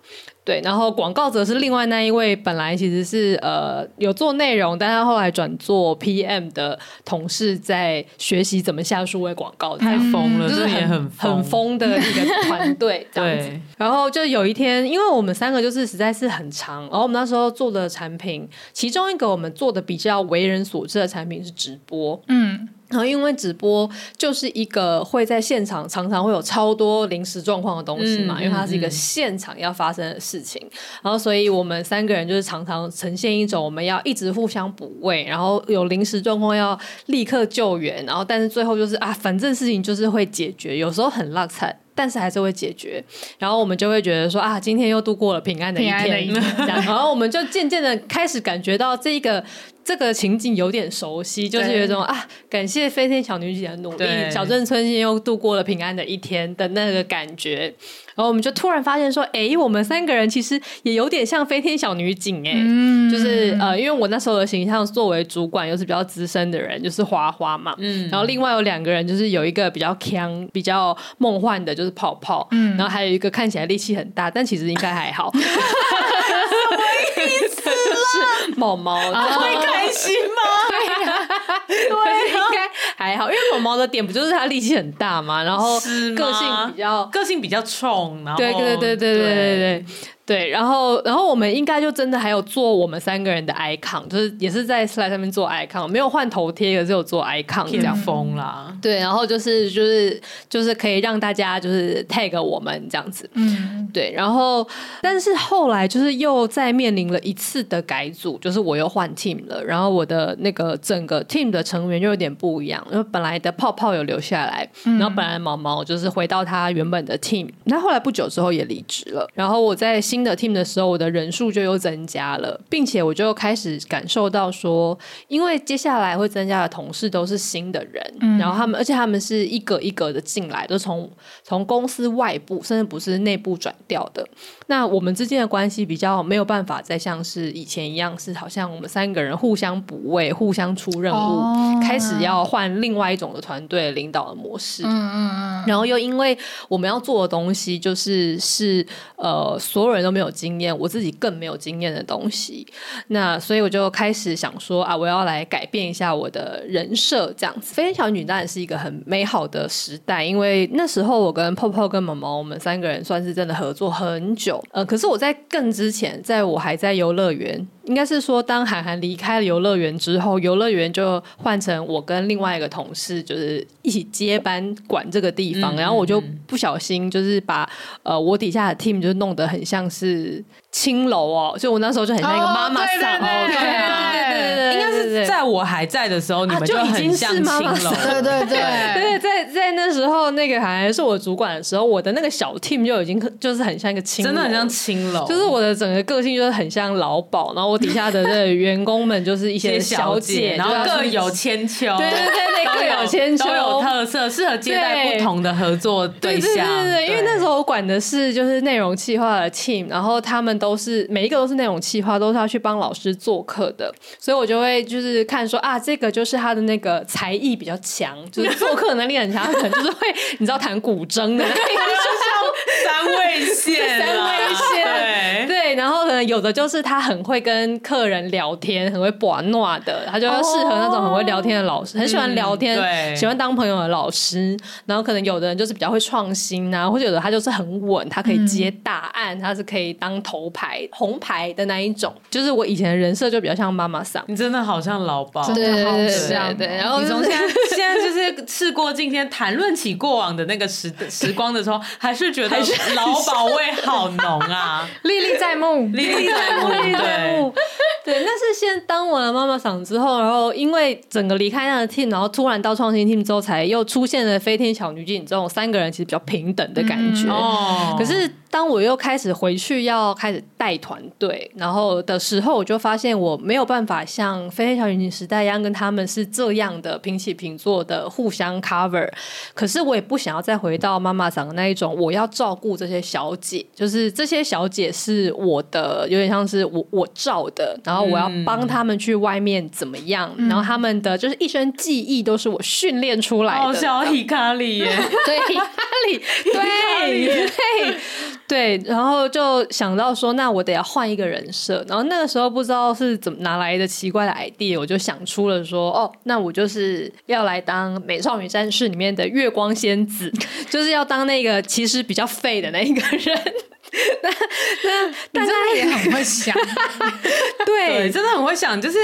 Speaker 4: 对，然后广告则是另外那一位，本来其实是呃有做内容，但他后来转做 PM 的同事，在学习怎么下数位广告这样，
Speaker 3: 太疯了，
Speaker 4: 嗯就
Speaker 3: 真
Speaker 4: 是
Speaker 3: 的也
Speaker 4: 很
Speaker 3: 疯，很。
Speaker 4: 疯的一个
Speaker 3: [laughs]
Speaker 4: 团队这样子。
Speaker 3: 对，
Speaker 4: 然后就有一天，因为我们三个就是实在是很长，然后我们那时候做的产品，其中一个我们做的比较为人所知的产品是直播，
Speaker 2: 嗯
Speaker 4: 然后因为直播就是一个会在现场常常会有超多临时状况的东西嘛，
Speaker 3: 嗯
Speaker 4: 因为它是一
Speaker 3: 嗯
Speaker 4: 个
Speaker 3: 嗯
Speaker 4: 现场要发生的事情，然后所以我们三个人就是常常呈现一种我们要一直互相补位，然后有临时状况要立刻救援，然后但是最后就是啊，反正事情就是会解决，有时候很落惨。但是还是会解决，然后我们就会觉得说啊，今天又度过了平安的一
Speaker 2: 平安的
Speaker 4: 天，
Speaker 2: 一天
Speaker 4: 这样然后我们就渐渐的开始感觉到这个这个情景有点熟悉，就是
Speaker 2: 对
Speaker 4: 有一种啊，感谢飞天小女警的努力
Speaker 3: 对，
Speaker 4: 小镇村现又度过了平安的一天的那个感觉。然后我们就突然发现说，诶，我们三个人其实也有点像飞天小女警诶，
Speaker 2: 嗯
Speaker 4: 就是呃，因为我那时候的形象作为主管又是比较资深的人，就是花花嘛，
Speaker 3: 嗯，
Speaker 4: 然后另外有两个人，就是有一个比较强、比较梦幻的，就是泡泡，
Speaker 2: 嗯
Speaker 4: 然后还有一个看起来力气很大，但其实应该还好。什么意思？是毛毛会开心吗？对啊，对，应该还好，因为毛毛的点不就是他力气很大嘛，然后
Speaker 3: 是吗
Speaker 4: 哦个性比较
Speaker 3: 个性比较冲，然后
Speaker 4: 对对对对对对
Speaker 3: 哦
Speaker 4: 对对对，然后然后我们应该就真的还有做我们三个人的 icon，就是也是在 slide 上面做 icon，没有换头贴，可是有做 icon 这样
Speaker 3: 偏。疯啦。
Speaker 4: 对，然后就是就是就是可以让大家就是 tag 我们这样子，
Speaker 2: 嗯
Speaker 4: 对，然后但是后来就是又再面临了一次的改组，就是我又换 team 了，然后我的那个整个 team 的成员又有点不一样，因为本来的泡泡有留下来，
Speaker 2: 嗯
Speaker 4: 然后本来毛毛就是回到他原本的 team，那后来不久之后也离职了，然后我在新的 team 的时候，我的人数就又增加了，并且我就开始感受到说，因为接下来会增加的同事都是新的人，
Speaker 2: 嗯
Speaker 4: 然后他们而且他们是一个一个的进来，都从从公司外部甚至不是内部转调的，那我们之间的关系比较没有办法再像是以前一样，是好像我们三个人互相补位、互相出任务，
Speaker 2: 哦
Speaker 4: 开始要换另外一种的团队领导的模式。
Speaker 2: 嗯嗯嗯，
Speaker 4: 然后又因为我们要做的东西就是是呃所有人都没有经验，我自己更没有经验的东西，那所以我就开始想说啊，我要来改变一下我的人设，这样子。飞天小女当然是一个很美好的时代，因为那时候我跟泡泡跟毛毛，我们三个人算是真的合作很久。呃，可是我在更之前，在我还在游乐园，应该是说当韩寒离开了游乐园之后，游乐园就换成我跟另外一个同事，就是一起接班管这个地方，
Speaker 3: 嗯
Speaker 4: 然后我就
Speaker 3: 嗯嗯
Speaker 4: 不小心就是把呃我底下的 team 就弄得很像是青楼哦，就我那时候就很。很像一个妈妈
Speaker 2: 哦
Speaker 4: 桑哦，
Speaker 2: 对
Speaker 4: 对
Speaker 2: 对
Speaker 4: 对对对对对对，
Speaker 3: 应该是
Speaker 4: 在
Speaker 3: 在我还在的时候，你们
Speaker 4: 啊就已
Speaker 3: 很
Speaker 4: 经
Speaker 3: 像
Speaker 4: 是
Speaker 3: 青
Speaker 4: 妈妈
Speaker 3: 楼
Speaker 4: 桑
Speaker 2: 对
Speaker 3: 了，
Speaker 2: 对对，
Speaker 4: 对在在那时候，那个还是我主管的时候，我的那个小 team 就已经就是很像一个青，
Speaker 3: 真的很像。青楼，
Speaker 4: 就是我的整个个性就是很像劳保，然后我底下的那个员工们就是一
Speaker 3: 一些
Speaker 4: 小
Speaker 3: 小姐，然后
Speaker 4: 就是
Speaker 3: 各有千秋，
Speaker 4: 对对对对
Speaker 3: 都
Speaker 4: 各有千秋，
Speaker 3: 都有特色，适合接待
Speaker 4: 对
Speaker 3: 不同的合作
Speaker 4: 对
Speaker 3: 象。
Speaker 4: 对对对，因为那时候我管的是就是内容企划的 team，然后他们都是每一个都是内容企划，都是要去帮老师做课的，所以我就会就是看说啊，这个就是他的那个才艺比较强，就是做课能力很强，他可能就是会你知道弹古筝的那个，就是
Speaker 3: 三位线啊，
Speaker 4: [laughs] 三位线
Speaker 3: 对。
Speaker 4: 对，然后可能有的就是他很会跟客人聊天，很会把闹的，他就要适合那种很会聊天的老师，很喜欢聊天，
Speaker 3: 对
Speaker 4: 喜欢当朋友的老师。然后可能有的人就是比较会创新啊，或者有的他就是很稳，他可以接大案，他是可以当头牌、红牌的那一种。就是我以前的人设就比较像妈妈桑，
Speaker 3: 你真的好像老鸨。
Speaker 2: 真的好
Speaker 4: 对
Speaker 2: 像
Speaker 4: 啊，对，然后
Speaker 3: 你
Speaker 4: 就
Speaker 3: 从现
Speaker 4: 是
Speaker 3: [laughs] 在现在就是事过境迁，谈论起过往的那个时时光的时候，还是觉得老保味好浓 [laughs] 啊，
Speaker 2: 历历在
Speaker 4: [laughs]
Speaker 2: 目。
Speaker 3: 历历在目，对，
Speaker 4: 对，那是先当完了妈妈嗓之后，然后因为整个离开那个 team，然后突然到创新 team 之后，才又出现了飞天小女警这种三个人其实比较平等的感觉。
Speaker 3: 哦
Speaker 4: 可是当我又开始回去要开始带团队，然后的时候，我就发现我没有办法像飞天小女警时代一样跟他们是这样的平起平坐的互相 cover。可是我也不想要再回到妈妈桑的那一种，我要照顾这些小姐，就是这些小姐是我的，有点像是我我照的，然后我要帮他们去外面怎么样，然后他们的就是一身技艺都是我训练出来的，
Speaker 3: 好小伊卡里耶，
Speaker 4: 对，压力，对，对，对，然后就想到说，那我得要换一个人设。然后那个时候不知道是怎么拿来的奇怪的 idea，我就想出了说，哦，那我就是要来当《美少女战士》里面的月光仙子，就是要当那个其实比较废的那一个人。
Speaker 2: 你真的也很会
Speaker 4: [laughs]
Speaker 2: 想，
Speaker 3: 对，真的很会想，就是。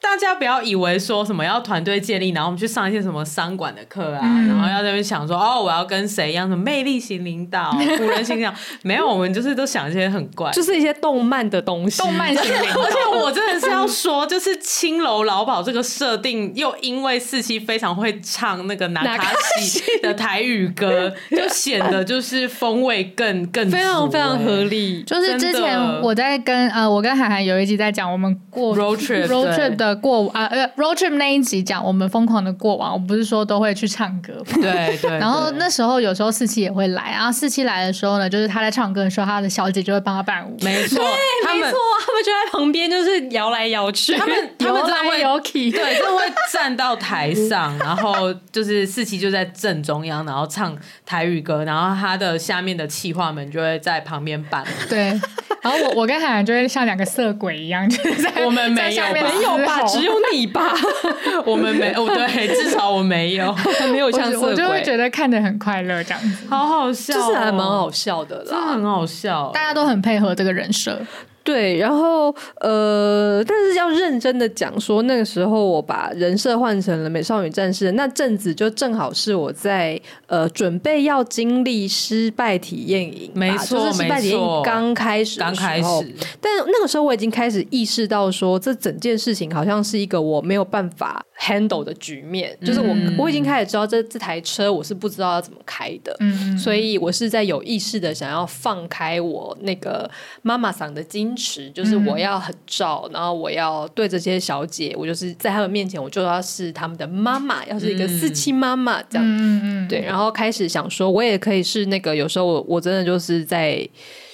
Speaker 3: 大家不要以为说什么要团队建立，然后我们去上一些什么商管的课啊，然后要在那边想说哦，我要跟谁一样的魅力型领 [laughs] 导、古人型领导，没有，我们就是都想一些很怪的，
Speaker 4: 就是一些动漫的东西，
Speaker 2: 动漫型
Speaker 4: [laughs]
Speaker 2: 领
Speaker 3: 而且我真的是要说，就是青楼老鸨这个设定，又因为四七非常会唱那个拿卡西的台语歌，就显得就是风味更更
Speaker 4: 非常
Speaker 3: 足
Speaker 4: 非常
Speaker 3: 欸
Speaker 4: 合理。
Speaker 2: 就是之前我在跟呃，我跟涵涵有一集在讲我们过
Speaker 3: Road trip，
Speaker 2: road
Speaker 3: 对
Speaker 2: trip 的过啊呃 road trip 那一集讲我们疯狂的过往，我不是说都会去唱歌吗？
Speaker 3: 对对，
Speaker 2: 然后
Speaker 3: 对
Speaker 2: 那时候有时候四七也会来，然后四七来的时候呢，就是他在唱歌的时候，他的小姐就会帮他伴舞。
Speaker 3: 没错，他
Speaker 4: 没
Speaker 3: 们
Speaker 4: 错，啊他们就在旁边就是摇来摇去，
Speaker 3: 他们他们真的会
Speaker 4: 摇来摇去，
Speaker 3: 对，就会站到台上，然后就是四期就在正中央，然后唱台语歌，然后他的下面的企划们就会在旁边伴舞。
Speaker 2: 对，然后我我跟海涵就会像两个色鬼一样，就是在
Speaker 3: 我们没有
Speaker 2: 在下面
Speaker 3: 吧
Speaker 2: 嘶
Speaker 4: 没有 [laughs] 吧？
Speaker 2: 吼
Speaker 4: 只有你吧？
Speaker 3: [laughs] 我们没，哦， [laughs] 对，至少我没有，
Speaker 4: 没有
Speaker 2: 我
Speaker 4: 像
Speaker 2: 就
Speaker 4: 色
Speaker 2: 我
Speaker 4: 鬼，
Speaker 2: 就会觉得看得很快乐这样子，
Speaker 3: [laughs] 好好笑、哦
Speaker 4: 就是还蛮，好笑的
Speaker 3: 真的
Speaker 4: 啦
Speaker 3: 很。好笑。
Speaker 2: 大家都很配合这个人设。
Speaker 4: 对，然后呃，但是要认真的讲说，那个时候我把人设换成了美少女战士，那阵子就正好是我在呃准备要经历失败体验营吧，
Speaker 3: 没错
Speaker 4: 就是失败体验
Speaker 3: 没错
Speaker 4: 营刚开始的时候，
Speaker 3: 刚开始，
Speaker 4: 但那个时候我已经开始意识到说，这整件事情好像是一个我没有办法 handle 的局面，就是我、我已经开始知道这这台车我是不知道要怎么开的，
Speaker 2: 嗯，
Speaker 4: 所以我是在有意识的想要放开我那个妈妈嗓的矜持，就是我要很照，然后我要对这些小姐，我就是在她们面前，我就要是她们的妈妈，要是一个四亲妈妈这样。
Speaker 2: 嗯嗯嗯，
Speaker 4: 对，然后开始想说，我也可以是那个有时候我我真的就是在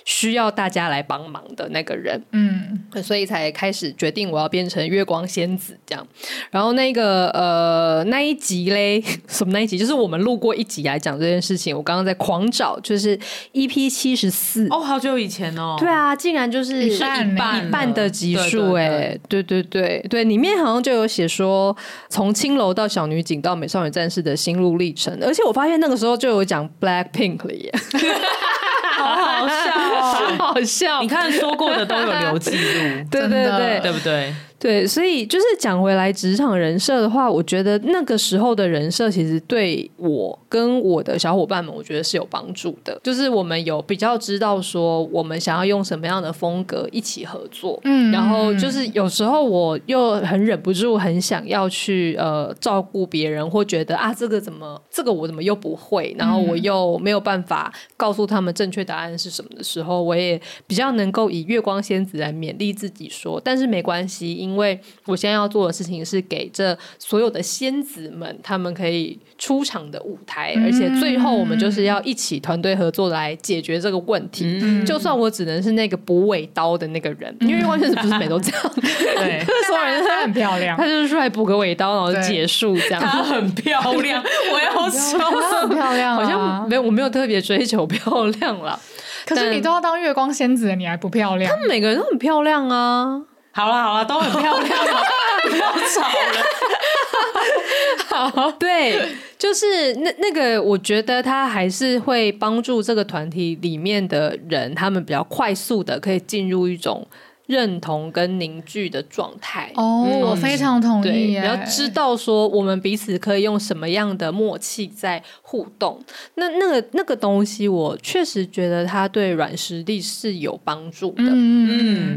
Speaker 4: 需要大家来帮忙的那个人。
Speaker 2: 嗯，
Speaker 4: 所以才开始决定我要变成月光仙子这样。然后那个呃那一集嘞， [laughs] 什么那一集？就是我们录过一集来讲这件事情。我刚刚在狂找，就是 EP 七十四。
Speaker 3: 哦，好久以前哦，
Speaker 4: 对啊，竟然就是
Speaker 2: 一半呢
Speaker 4: 一半的集数
Speaker 3: 对
Speaker 4: 哎、
Speaker 3: 对
Speaker 4: 对对对对，里面好像就有写说从青楼到小女警到美少女战士的心路历程，而且我发现那个时候就有讲 Black Pink 了耶，哎
Speaker 3: [laughs] 好好笑哦。
Speaker 4: [laughs] 好
Speaker 3: [laughs]
Speaker 4: 笑
Speaker 3: 你，看说过的都有留记 [laughs] 录，
Speaker 4: 对对
Speaker 2: 真的
Speaker 4: 对，
Speaker 3: 对不对？
Speaker 4: 对，所以就是讲回来职场人设的话，我觉得那个时候的人设其实对我跟我的小伙伴们，我觉得是有帮助的。就是我们有比较知道说我们想要用什么样的风格一起合作，
Speaker 2: 嗯
Speaker 4: 然后就是有时候我又很忍不住很想要去呃照顾别人，或觉得啊这个怎么这个我怎么又不会，然后我又没有办法告诉他们正确答案是什么的时候，我也比较能够以月光仙子来勉励自己说，但是没关系，因因为我现在要做的事情是给这所有的仙子们，他们可以出场的舞台，而且最后我们就是要一起团队合作来解决这个问题。
Speaker 2: 嗯
Speaker 4: 就算我只能是那个补尾刀的那个人，因为万圣节不是每都这样，
Speaker 2: [laughs]
Speaker 3: [laughs]
Speaker 2: 对，
Speaker 4: 所有人
Speaker 2: 她很漂亮
Speaker 4: 他，就是出来补个尾刀，然后就
Speaker 2: 对
Speaker 4: 结束这样。
Speaker 3: 她很漂亮， [laughs] 我要笑
Speaker 2: 啊她很漂亮、啊
Speaker 4: 好像。没有，我没有特别追求漂亮啦。
Speaker 2: 可是
Speaker 4: 但
Speaker 2: 你都要当月光仙子了，你还不漂亮？
Speaker 4: 每个人都很漂亮啊。
Speaker 3: 好了好了，都很漂 [laughs] 亮了，不要吵了。
Speaker 4: 哦对，就是那那个，我觉得他还是会帮助这个团体里面的人，他们比较快速的可以进入一种认同跟凝聚的状态。
Speaker 2: 哦，我非常同
Speaker 4: 对，
Speaker 2: 意
Speaker 4: 你
Speaker 2: 耶。
Speaker 4: 要知道说我们彼此可以用什么样的默契在互动。那那个那个东西，我确实觉得它对软实力是有帮助的。
Speaker 2: 嗯，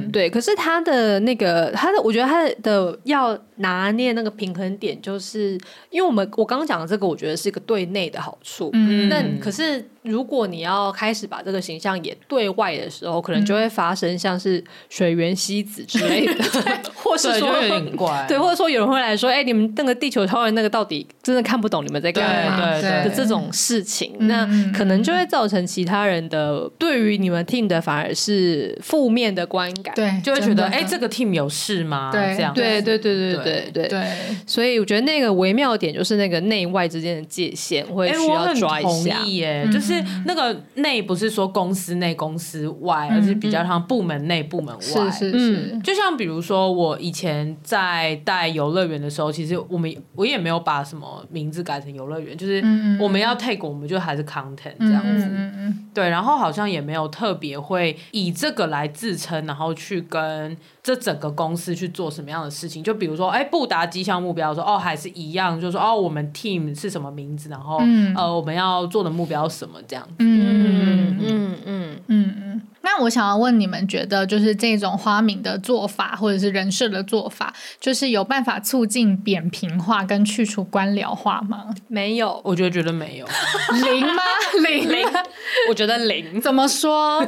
Speaker 2: 嗯嗯，
Speaker 4: 对，可是他的那个，他的，我觉得他的要拿捏那个平衡点，就是因为我们我刚刚讲的这个，我觉得是一个对内的好处。
Speaker 2: 嗯
Speaker 4: 那可是，如果你要开始把这个形象也对外的时候，可能就会发生像是水原希子之类
Speaker 2: [laughs]
Speaker 4: 的， [laughs] 或是
Speaker 3: 对，就
Speaker 4: 说
Speaker 3: 有点怪。
Speaker 4: 对，或者说有人会来说：“哎、你们那个地球超人那个到底真的看不懂你们在干嘛？”
Speaker 3: 对
Speaker 4: 的
Speaker 3: 对
Speaker 4: 这种事情，
Speaker 2: 嗯
Speaker 4: 那
Speaker 2: 嗯
Speaker 4: 可能就会造成其他人的对于你们 team 的反而是负面的观感。
Speaker 2: 对，
Speaker 3: 就会觉得
Speaker 2: 真的
Speaker 3: 哎、这个 team 有事吗？
Speaker 2: 对
Speaker 3: 这样
Speaker 4: 对对对对
Speaker 3: 对
Speaker 4: 对对
Speaker 2: 对，
Speaker 4: 所以我觉得那个微妙的点就是那个内外之间的界限会
Speaker 3: 哎、
Speaker 4: 需
Speaker 3: 我
Speaker 4: 要
Speaker 3: 很
Speaker 4: 抓一
Speaker 3: 同
Speaker 4: 下。嗯
Speaker 3: 意耶，就是那个内不是说公司内公司外，而是比较像部门内部门外。
Speaker 2: 是是是
Speaker 4: 嗯，
Speaker 3: 就像比如说，我以前在带游乐园的时候，其实我们我也没有把什么名字改成游乐园，就是
Speaker 2: 嗯嗯
Speaker 3: 我们要 take 我们就还是 content 这
Speaker 2: 嗯
Speaker 3: 样
Speaker 2: 嗯
Speaker 3: 子。
Speaker 2: 嗯嗯，
Speaker 3: 对，然后好像也没有特别会以这个来自称，然后去跟这整个公司去做什么样的事情。就比如说，哎，布达绩效目标说，哦，还是一样，就是说，哦，我们 team 是什么名字，然后、
Speaker 2: 嗯
Speaker 3: 呃，我们要做的目标是什么这样子。
Speaker 2: 嗯嗯嗯
Speaker 4: 嗯嗯，
Speaker 2: 嗯嗯。那我想要问你们，觉得就是这种花名的做法，或者是人设的做法，就是有办法促进扁平化跟去除官僚化吗？
Speaker 4: 没有，
Speaker 3: 我觉得觉得没有，
Speaker 2: [laughs] 零
Speaker 4: [laughs]
Speaker 2: 吗？零零？
Speaker 4: 我觉得零。
Speaker 2: 怎么说？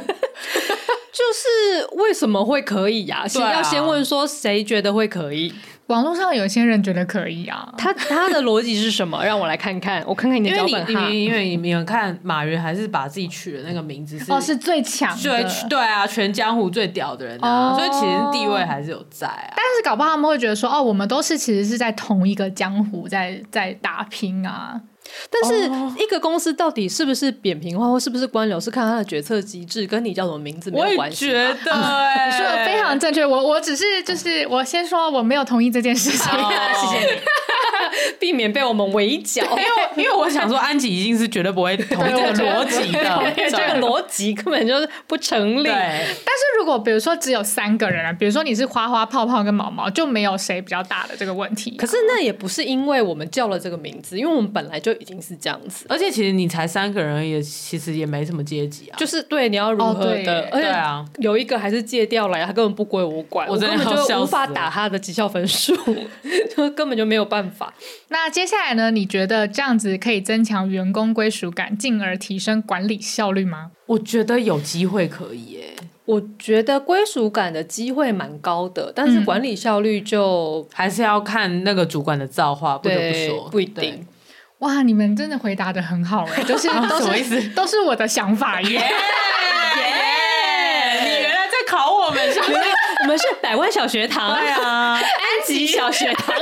Speaker 4: 就是为什么会可以呀、先
Speaker 3: 对啊
Speaker 4: 要先问说谁觉得会可以？
Speaker 2: 网络上有些人觉得可以啊，
Speaker 4: [laughs] 他他的逻辑是什么？让我来看看，我看看你
Speaker 3: 因
Speaker 4: 的
Speaker 3: 为
Speaker 4: 脚
Speaker 3: 你
Speaker 4: 本哈。
Speaker 3: 你因为你们看马云还是把自己取的那个名字是
Speaker 2: 哦是最强的，
Speaker 3: 最对啊，全江湖最屌的人啊，
Speaker 2: 哦
Speaker 3: 所以其实地位还是有在啊。
Speaker 2: 但是搞不好他们会觉得说，哦，我们都是其实是在同一个江湖在在打拼啊。
Speaker 4: 但是一个公司到底是不是扁平化或是不是官僚，是看他的决策机制，跟你叫什么名字没
Speaker 3: 我
Speaker 4: 有
Speaker 3: 也
Speaker 4: 关系
Speaker 3: 觉
Speaker 4: 吧。
Speaker 3: 得、欸，
Speaker 2: 你说的非常正确，我我只
Speaker 4: 哦
Speaker 2: 是就是我先说我没有同意这件事情。
Speaker 3: 哦谢谢你。
Speaker 4: 避免被我们围 [laughs] 剿。
Speaker 3: 因为我因为我想说，安吉一定是绝对不会同意这个逻辑的，
Speaker 4: 啊这个逻辑根本就是不成立。
Speaker 3: 对，
Speaker 2: 但是如果比如说只有三个人啊，比如说你是花花、泡泡跟毛毛，就没有谁比较大的这个问题。
Speaker 4: 可是那也不是因为我们叫了这个名字，因为我们本来就已经是这样子，
Speaker 3: 而且其实你才三个人，也其实也没什么阶级啊。
Speaker 4: 就是对你要如
Speaker 2: 哦
Speaker 4: 何
Speaker 2: 对
Speaker 4: 的，
Speaker 2: 耶
Speaker 4: 而
Speaker 3: 对
Speaker 4: 且
Speaker 3: 啊，
Speaker 4: 有一个还是借调来，他根本不归我管，
Speaker 3: 我
Speaker 4: 我
Speaker 3: 真
Speaker 4: 根
Speaker 3: 的
Speaker 4: 本
Speaker 3: 要笑
Speaker 4: 就无法
Speaker 3: 死
Speaker 4: 打他的绩效分数， [laughs] 就根本就没有办法。
Speaker 2: 那接下来呢？你觉得这样子可以增强员工归属感，进而提升管理效率吗？
Speaker 3: 我觉得有机会可以耶、
Speaker 4: 我觉得归属感的机会蛮高的，但是
Speaker 2: 嗯
Speaker 4: 管理效率就、
Speaker 3: 还是要看那个主管的造化，不得不
Speaker 4: 对
Speaker 3: 说
Speaker 4: 不一
Speaker 3: 对
Speaker 4: 定。
Speaker 2: 哇，你们真的回答的很好哎、就是
Speaker 3: [laughs]
Speaker 2: 都
Speaker 3: 什么意
Speaker 2: 是都是我的想法
Speaker 3: [laughs]
Speaker 2: 耶。
Speaker 3: 哎你原来在考我们是不是？
Speaker 4: 我们是百万小学堂，
Speaker 3: 对
Speaker 4: 安
Speaker 3: 啊，
Speaker 4: 吉小学堂，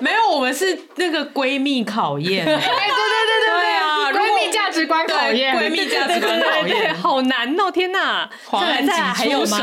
Speaker 3: 没有，我们是那个闺蜜考验、欸
Speaker 2: 哎，对对对对
Speaker 3: 对啊如果
Speaker 2: 闺蜜价值观考验，
Speaker 3: 对闺蜜价值观考
Speaker 4: 对，
Speaker 3: 验。
Speaker 4: 好难哦！天哪，
Speaker 3: 黄
Speaker 4: 再
Speaker 3: 安吉
Speaker 4: 来再来还有吗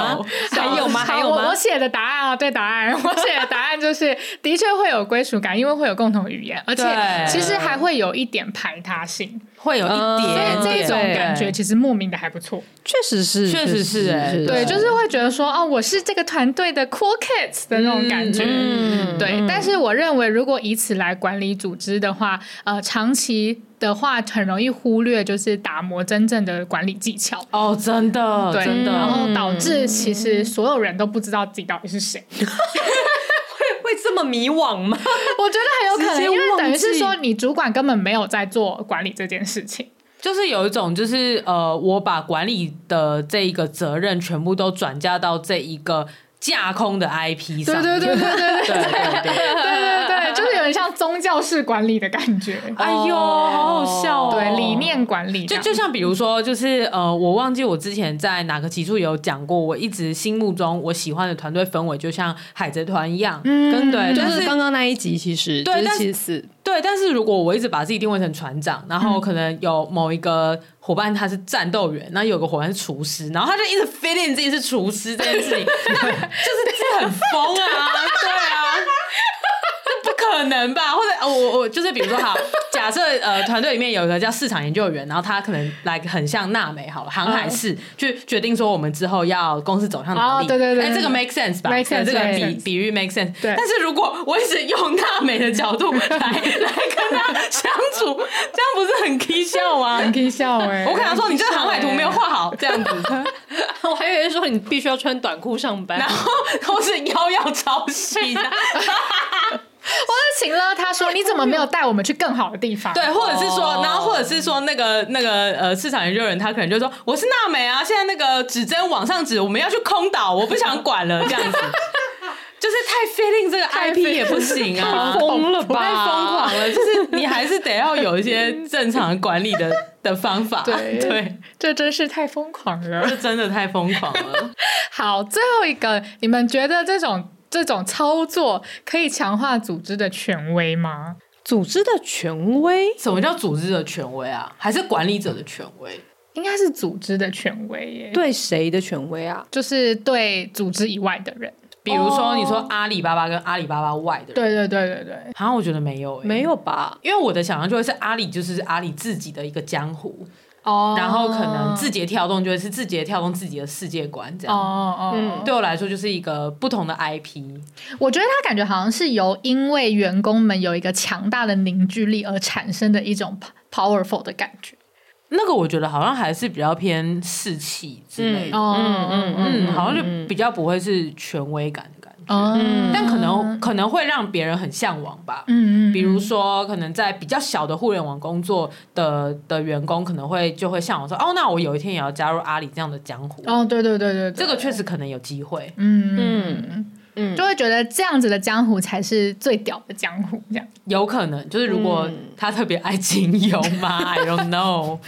Speaker 3: 出手？
Speaker 4: 还有吗？
Speaker 2: 好
Speaker 4: 还有
Speaker 2: 我
Speaker 4: 吗
Speaker 2: 我？写的答案啊，对答案，我写的答案就是，的确会有归属感，因为会有共同语言，而且
Speaker 3: 对
Speaker 2: 其实还会有一点排他性，
Speaker 3: 会有一
Speaker 2: 嗯所
Speaker 3: 点
Speaker 2: 以这
Speaker 3: 点
Speaker 2: 种感
Speaker 3: 对
Speaker 2: 觉其实莫名的还不错。
Speaker 4: 确实是，
Speaker 3: 确实是哎
Speaker 2: 对，就是会觉得说，哦，我是这个团队的 cool kids 的那种感觉。
Speaker 3: 嗯
Speaker 2: 对，但是我认为，如果以此来管理组织的话，呃，长期的话很容易忽略，就是打磨真正的管理技巧。
Speaker 3: 哦，真的，
Speaker 2: 对，嗯
Speaker 3: 真
Speaker 2: 然
Speaker 3: 的，嗯
Speaker 2: 后导致其实所有人都不知道自己到底是谁。 [laughs]
Speaker 4: 会这么迷惘吗？
Speaker 2: 我觉得很有可能，
Speaker 4: 直接
Speaker 2: 因为等于
Speaker 4: 忘
Speaker 2: 是
Speaker 4: 记
Speaker 2: 说你主管根本没有在做管理这件事情。
Speaker 3: 就是有一种，就是呃，我把管理的这一个责任全部都转嫁到这一个架空的 IP 上
Speaker 2: 对
Speaker 3: 面。
Speaker 2: 对对对对对
Speaker 3: 对对对
Speaker 2: 对对对，就是有点像宗教式管理的感觉，
Speaker 3: [laughs] 哎呦，好好笑哦！
Speaker 2: 对，理念管理这
Speaker 3: 就
Speaker 2: 样，
Speaker 3: 就像比如说，就是呃，我忘记我之前在哪个集数有讲过，我一直心目中我喜欢的团队氛围就像海贼团一样，
Speaker 2: 嗯
Speaker 3: 跟对，
Speaker 4: 就
Speaker 3: 但
Speaker 4: 是
Speaker 3: 是
Speaker 4: 刚刚那一集，其实
Speaker 3: 对
Speaker 4: 就
Speaker 3: 但
Speaker 4: 是
Speaker 3: 是
Speaker 4: 其实
Speaker 3: 对，但是如果我一直把自己定位成船长，然后可能有某一个伙伴他是战斗员，然后有个伙伴是厨师，然后他就一直 fit in 自己是厨师这件事
Speaker 2: [laughs]
Speaker 3: 情，那就是这很疯啊，对啊。这不可能吧？或者呃我我就是比如说好，假设呃团队里面有一个叫市场研究员，然后他可能来很像娜美好了，航海士、去决定说我们之后要公司走向哪里。
Speaker 2: 哦对对对
Speaker 3: 哎，这个
Speaker 2: 对
Speaker 3: make sense 吧
Speaker 2: make
Speaker 3: 对
Speaker 2: sense，
Speaker 3: 这个
Speaker 2: make
Speaker 3: 比
Speaker 2: sense
Speaker 3: 比喻 make sense。
Speaker 2: 对
Speaker 3: 但是如果我一直用娜美的角度来来跟他相处，这 [laughs] 样不是很 k 笑欸吗？
Speaker 2: 很可以笑哎、
Speaker 3: 我可能说你这个航海图没有画好，这样 [laughs] 子，
Speaker 4: [laughs] 我还以为说你必须要穿短裤上班，
Speaker 3: 然后都是腰要超细的，
Speaker 2: 我是请了他说你怎么没有带我们去更好的地方？
Speaker 3: [laughs] 对，或者是说，然后或者是说那个那个呃市场研究人，他可能就说我是娜美啊，现在那个指针往上指，我们要去空岛，我不想管了，这样 [laughs] 子。就是太 feeling 这个 IP 也不行啊，
Speaker 4: 太疯了
Speaker 3: [laughs]
Speaker 4: 吧
Speaker 3: 太疯狂了！就是你还是得要有一些正常管理 [laughs] 的的方法，
Speaker 2: 对
Speaker 3: 对，
Speaker 2: 这真是太疯狂了。
Speaker 3: 这真的太疯狂了。
Speaker 2: [laughs] 好，最后一个，你们觉得这种这种操作可以强化组织的权威吗？
Speaker 4: 组织的权威
Speaker 3: 什么叫组织的权威啊？还是管理者的权威？
Speaker 2: 应该是组织的权威耶，，
Speaker 4: 对谁的权威啊？
Speaker 2: 就是对组织以外的人。
Speaker 3: 比如说，你说阿里巴巴跟阿里巴巴外的人，
Speaker 2: 对对对对对，
Speaker 3: 好像我觉得没有、欸，
Speaker 4: 没有吧？
Speaker 3: 因为我的想象就会是阿里就是阿里自己的一个江湖，
Speaker 2: 哦
Speaker 3: 然后可能字节跳动就会是字节跳动自己的世界观这
Speaker 2: 哦
Speaker 3: 样。
Speaker 2: 哦，嗯，
Speaker 3: 对我来说就是一个不同的 IP，
Speaker 2: 我觉得他感觉好像是由因为员工们有一个强大的凝聚力而产生的一种 powerful 的感觉。
Speaker 3: 那个我觉得好像还是比较偏士气之类的，
Speaker 2: 哦，
Speaker 4: 嗯
Speaker 3: 嗯，好像就比较不会是权威感的感觉，
Speaker 2: 嗯
Speaker 3: 但可能可能会让别人很向往吧。
Speaker 2: 嗯嗯，
Speaker 3: 比如说，可能在比较小的互联网工作的的员工，可能会就会向往说，哦，那我有一天也要加入阿里这样的江湖。
Speaker 2: 哦，对对对对对，
Speaker 3: 这个确实可能有机会。
Speaker 2: 嗯嗯
Speaker 4: 嗯
Speaker 2: 嗯，就会觉得这样子的江湖才是最屌的江湖，这样。
Speaker 3: 有可能就是如果他特别爱精油吗？I don't know。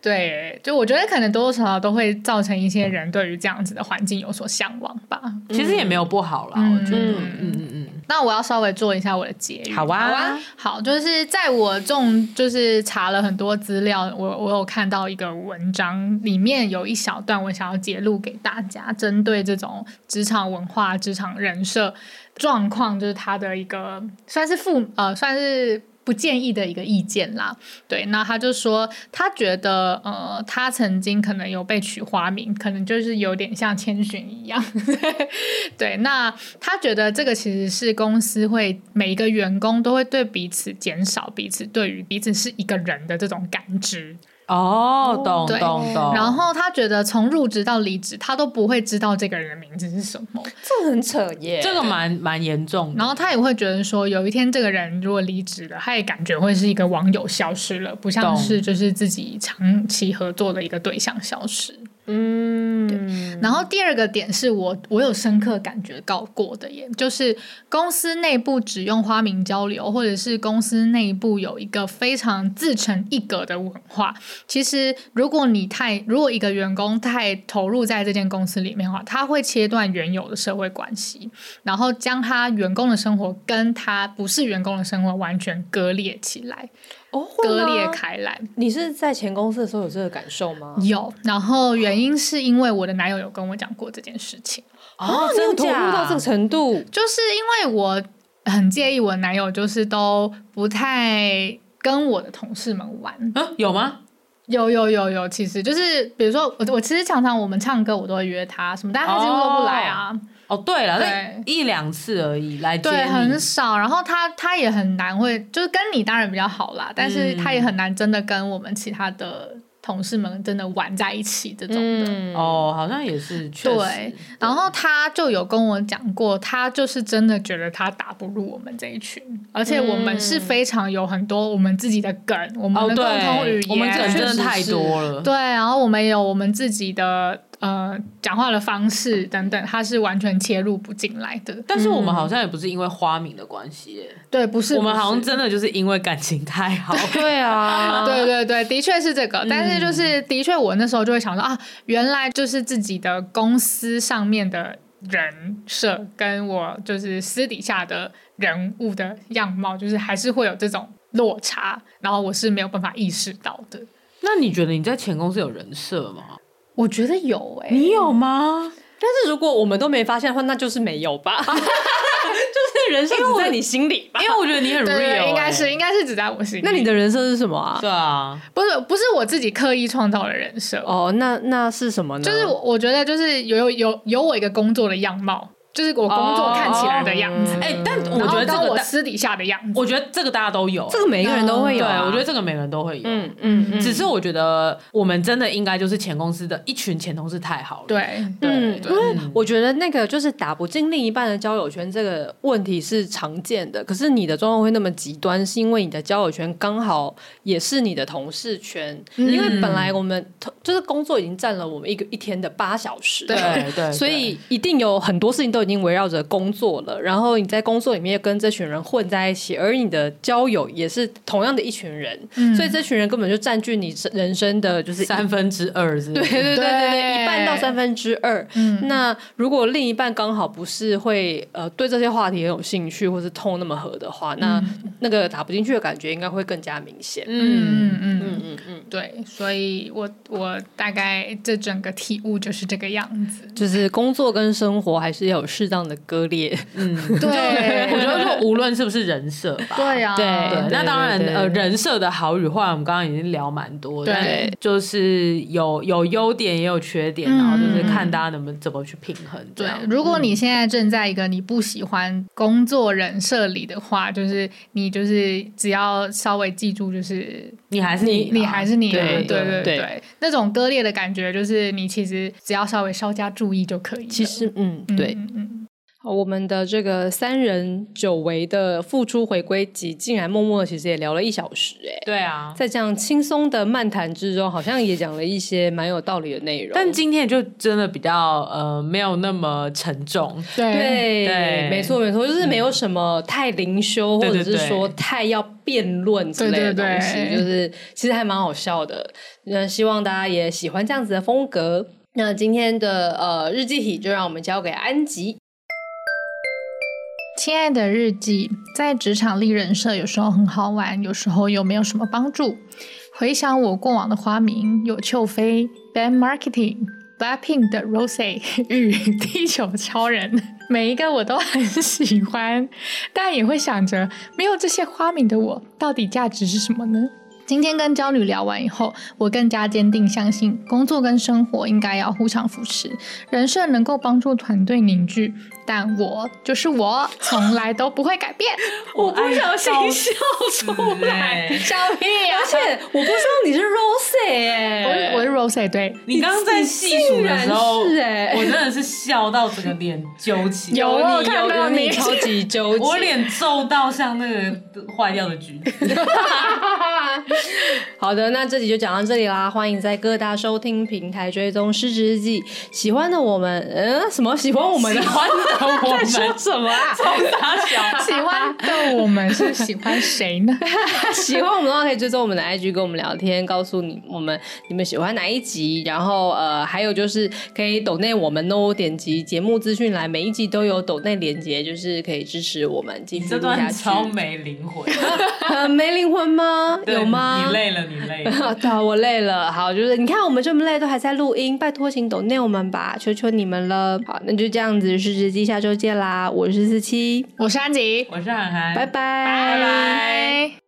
Speaker 2: 对，就我觉得可能多多少少都会造成一些人对于这样子的环境有所向往吧。
Speaker 3: 其实也没有不好啦，我觉得，嗯嗯嗯，
Speaker 2: 那我要稍微做一下我的结语。
Speaker 3: 好啊
Speaker 2: 好好就是在我重就是查了很多资料，我我有看到一个文章，里面有一小段我想要揭露给大家，针对这种职场文化、职场人设状况，就是他的一个算是负呃算是。不建议的一个意见啦，对，那他就说他觉得，呃，他曾经可能有被取花名，可能就是有点像千寻一样， [laughs] 对，那他觉得这个其实是公司会每一个员工都会对彼此减少彼此对于彼此是一个人的这种感知，
Speaker 3: 哦，懂
Speaker 2: 对
Speaker 3: 懂懂。
Speaker 2: 然后他觉得从入职到离职，他都不会知道这个人的名字是什么，
Speaker 4: 这很扯耶
Speaker 3: 这个蛮蛮严重的，
Speaker 2: 然后他也会觉得说，有一天这个人如果离职了，他也感觉会是一个网友消失了，不像
Speaker 3: 懂
Speaker 2: 是就是自己长期合作的一个对象消失。
Speaker 4: 嗯，
Speaker 2: 然后第二个点是我我有深刻感觉到过的耶，就是公司内部只用花名交流，或者是公司内部有一个非常自成一格的文化。其实如果你太如果一个员工太投入在这间公司里面的话，他会切断原有的社会关系，然后将他员工的生活跟他不是员工的生活完全割裂起来，
Speaker 4: 哦，会
Speaker 2: 割裂
Speaker 4: 吗
Speaker 2: 开来。
Speaker 4: 你是在前公司的时候有这个感受吗？
Speaker 2: 有，然后原因是因为我的男友有跟我讲过这件事情。
Speaker 3: 哦，
Speaker 4: 你有
Speaker 3: 真
Speaker 4: 投入到这啊个
Speaker 3: 假？
Speaker 4: 程度，
Speaker 2: 就是因为我很介意我男友，就是都不太跟我的同事们玩。
Speaker 3: 嗯，有吗？
Speaker 2: 有有有有，其实就是比如说我我其实常常我们唱歌，我都会约他什么，但是他几乎都不来啊，
Speaker 3: 哦，对了，
Speaker 2: 对
Speaker 3: 那一两次而已来接
Speaker 2: 对，
Speaker 3: 你
Speaker 2: 很少。然后他他也很难会，就是跟你当然比较好啦，但是他也很难真的跟我们其他的同事们真的玩在一起这种的。
Speaker 4: 嗯，
Speaker 3: 哦，好像也是确
Speaker 2: 对
Speaker 3: 实。，
Speaker 2: 然后他就有跟我讲过，他就是真的觉得他打不入我们这一群，而且我们是非常有很多我们自己的梗，我们
Speaker 3: 嗯哦，
Speaker 2: 的共同语
Speaker 3: 对
Speaker 2: 言，，
Speaker 3: 我们这个人真的太多了。
Speaker 2: 对，然后我们有我们自己的呃讲话的方式等等，它是完全切入不进来的。
Speaker 3: 但是我们好像也不是因为花名的关系耶，
Speaker 2: 对，不嗯是
Speaker 3: 我们
Speaker 2: 不是
Speaker 3: 好像真的就是因为感情太好，
Speaker 4: 对
Speaker 2: [laughs]
Speaker 4: 啊，
Speaker 2: 对对对，的确是这个，但是就是的确，我那时候就会想说啊，原来就是自己的公司上面的人设，跟我就是私底下的人物的样貌，就是还是会有这种落差，然后我是没有办法意识到的。
Speaker 3: [laughs] 那你觉得你在前公司有人设吗？
Speaker 2: 我觉得有哎、
Speaker 3: 你有吗？
Speaker 4: 但是如果我们都没发现的话，那就是没有 [laughs] 吧，就是人生只在你心里吧。
Speaker 3: 因为我觉得你很 real，
Speaker 2: 对对对，应该
Speaker 3: 哎
Speaker 2: 是应该是只在我心里。
Speaker 4: 那你的人生是什么啊？
Speaker 3: 对啊，
Speaker 2: 不是不是我自己刻意创造的人设，
Speaker 4: 哦，嗯那那是什么呢？
Speaker 2: 就是我我觉得就是有有有我一个工作的样貌，就是我工作看起来的样子。
Speaker 3: 哎、但
Speaker 2: 嗯
Speaker 3: 我
Speaker 2: 然
Speaker 3: 觉
Speaker 2: 后
Speaker 3: 得这
Speaker 2: 跟
Speaker 3: 个
Speaker 2: 我
Speaker 3: 大，
Speaker 2: 私底下的样子，
Speaker 3: 我觉得这个大家都有、哎
Speaker 4: 这个每一个人都会有啊、
Speaker 3: 对，我觉得这个每个人都会有。
Speaker 4: 嗯嗯嗯，
Speaker 3: 只是我觉得我们真的应该就是前公司的一群前同事太好了，
Speaker 2: 对
Speaker 3: 对
Speaker 4: 嗯，因
Speaker 3: 对，
Speaker 4: 为我觉得那个就是打不进另一半的交友圈这个问题是常见的，可是你的状况会那么极端，是因为你的交友圈刚好也是你的同事圈，
Speaker 3: 嗯
Speaker 4: 因为本来我们同就是工作已经占了我们一个一天的八小时，
Speaker 2: 对
Speaker 3: 对对，
Speaker 4: 所以一定有很多事情都已经围绕着工作了，然后你在工作里面又跟这群人混在一起，而你的交友也是同样的一群人，所以这群人根本就占据你人生的就是
Speaker 3: 对嗯三分之二是不
Speaker 4: 对
Speaker 3: 是
Speaker 4: 对对对
Speaker 2: 对嗯
Speaker 4: 对，一半到三分之二。那如果另一半刚好不是会呃对这些话题很有兴趣，或是痛那么合的话，那、
Speaker 2: 嗯
Speaker 4: 那个打不进去的感觉应该会更加明显。
Speaker 3: 嗯，
Speaker 2: 嗯嗯嗯嗯嗯，对，所以我我大概这整个体悟就是这个样子。
Speaker 4: 就是工作跟生活还是要有适当的割裂。
Speaker 2: [laughs] 对
Speaker 3: 我觉得就无论是不是人设吧，
Speaker 2: 对啊，
Speaker 3: 对，那当然，
Speaker 4: 嗯对对
Speaker 3: 呃，人设的好与坏，我们刚刚已经聊蛮多，
Speaker 2: 对
Speaker 3: 但就是有有优点也有缺
Speaker 4: 嗯
Speaker 3: 点，然后就是看大家能不能怎么去平衡这
Speaker 2: 对啊
Speaker 3: 样。，
Speaker 2: 如果你现在正在一个你不喜欢工作人设里的话，就是你就是只要稍微记住，就是
Speaker 3: 你还是
Speaker 2: 你你还是你啊，
Speaker 4: 对
Speaker 2: 对对
Speaker 4: 对
Speaker 2: 对，那种割裂的感觉，就是你其实只要稍微稍加注意就可以了。
Speaker 4: 其实，嗯，
Speaker 2: 嗯，
Speaker 4: 对。
Speaker 2: 嗯嗯
Speaker 4: 好我们的这个三人久违的付出回归集，竟然默默地其实也聊了一小时、哎，
Speaker 3: 对啊，
Speaker 4: 在这样轻松的漫谈之中，好像也讲了一些蛮有道理的内容。
Speaker 3: 但今天就真的比较呃没有那么沉重，
Speaker 2: 对嗯
Speaker 4: 对，
Speaker 3: 对
Speaker 4: 没错没错，就是没有什么太灵修，
Speaker 3: 对
Speaker 4: 或
Speaker 3: 对
Speaker 4: 者是说太要辩论之类的
Speaker 2: 对对
Speaker 4: 东西，
Speaker 2: 对
Speaker 4: 就是其实还蛮好笑的。那希望大家也喜欢这样子的风格。那今天的呃日记体就让我们交给
Speaker 2: [laughs]
Speaker 4: 安吉。
Speaker 2: 亲爱的日记，在职场立人设有时候很好玩，有时候又没有什么帮助。回想我过往的花名，有邱飞、Bad Marketing、Blackpink 的 Rose 与地球超人，每一个我都很喜欢，但也会想着，没有这些花名的我，到底价值是什么呢？今天跟娇女聊完以后，我更加坚定相信，工作跟生活应该要互相扶持，人设能够帮助团队凝聚，但我就是
Speaker 4: [laughs]
Speaker 2: 我，从来都不会改变。
Speaker 4: 我不小心笑出来，笑屁、而且我不知道你是 Rose 哎、
Speaker 2: 我啊 [laughs] 是我是 Rose，对，
Speaker 4: [laughs]
Speaker 3: 你刚刚在细数的时候，
Speaker 4: 你竟然是欸
Speaker 3: 我真的是笑到整个脸揪起，
Speaker 2: 有我有
Speaker 4: 你
Speaker 2: 看
Speaker 4: 有啊
Speaker 2: 到
Speaker 4: 有
Speaker 2: 你
Speaker 4: 你超
Speaker 2: [laughs]
Speaker 4: 级纠结，
Speaker 3: 我脸皱到像那个坏掉的橘子。
Speaker 4: 好的，那这集就讲到这里啦，欢迎在各大收听平台追踪《失职日记》。喜欢的我们，嗯，什么喜欢我们的？
Speaker 3: 喜欢的我们
Speaker 4: 在说什么啊？
Speaker 3: 大小，
Speaker 2: 喜欢的我们是喜欢谁呢？
Speaker 3: [laughs]
Speaker 4: 喜欢我们的话，可以追踪我们的 IG，跟我们聊天，告诉你我们你们喜欢哪一集。然后呃，还有就是可以抖内我们哦，点击节目资讯栏，每一集都有抖内连接，就是可以支持我们继续
Speaker 3: 这
Speaker 4: 录下
Speaker 3: 段
Speaker 4: 去。
Speaker 3: 超没灵魂，
Speaker 4: [laughs] 呃没灵魂吗？
Speaker 3: 对
Speaker 4: 有吗？
Speaker 3: 你累了，你累了。
Speaker 4: 啊，对啊，我累了。 [laughs] 好，就是你看我们这么累，都还在录音，拜托请抖内我们吧，求求你们了。好，那就这样子，是直机，下周见啦。我是四七，
Speaker 2: 我是安吉，
Speaker 3: 我是涵涵，
Speaker 4: 拜拜，拜
Speaker 2: 拜。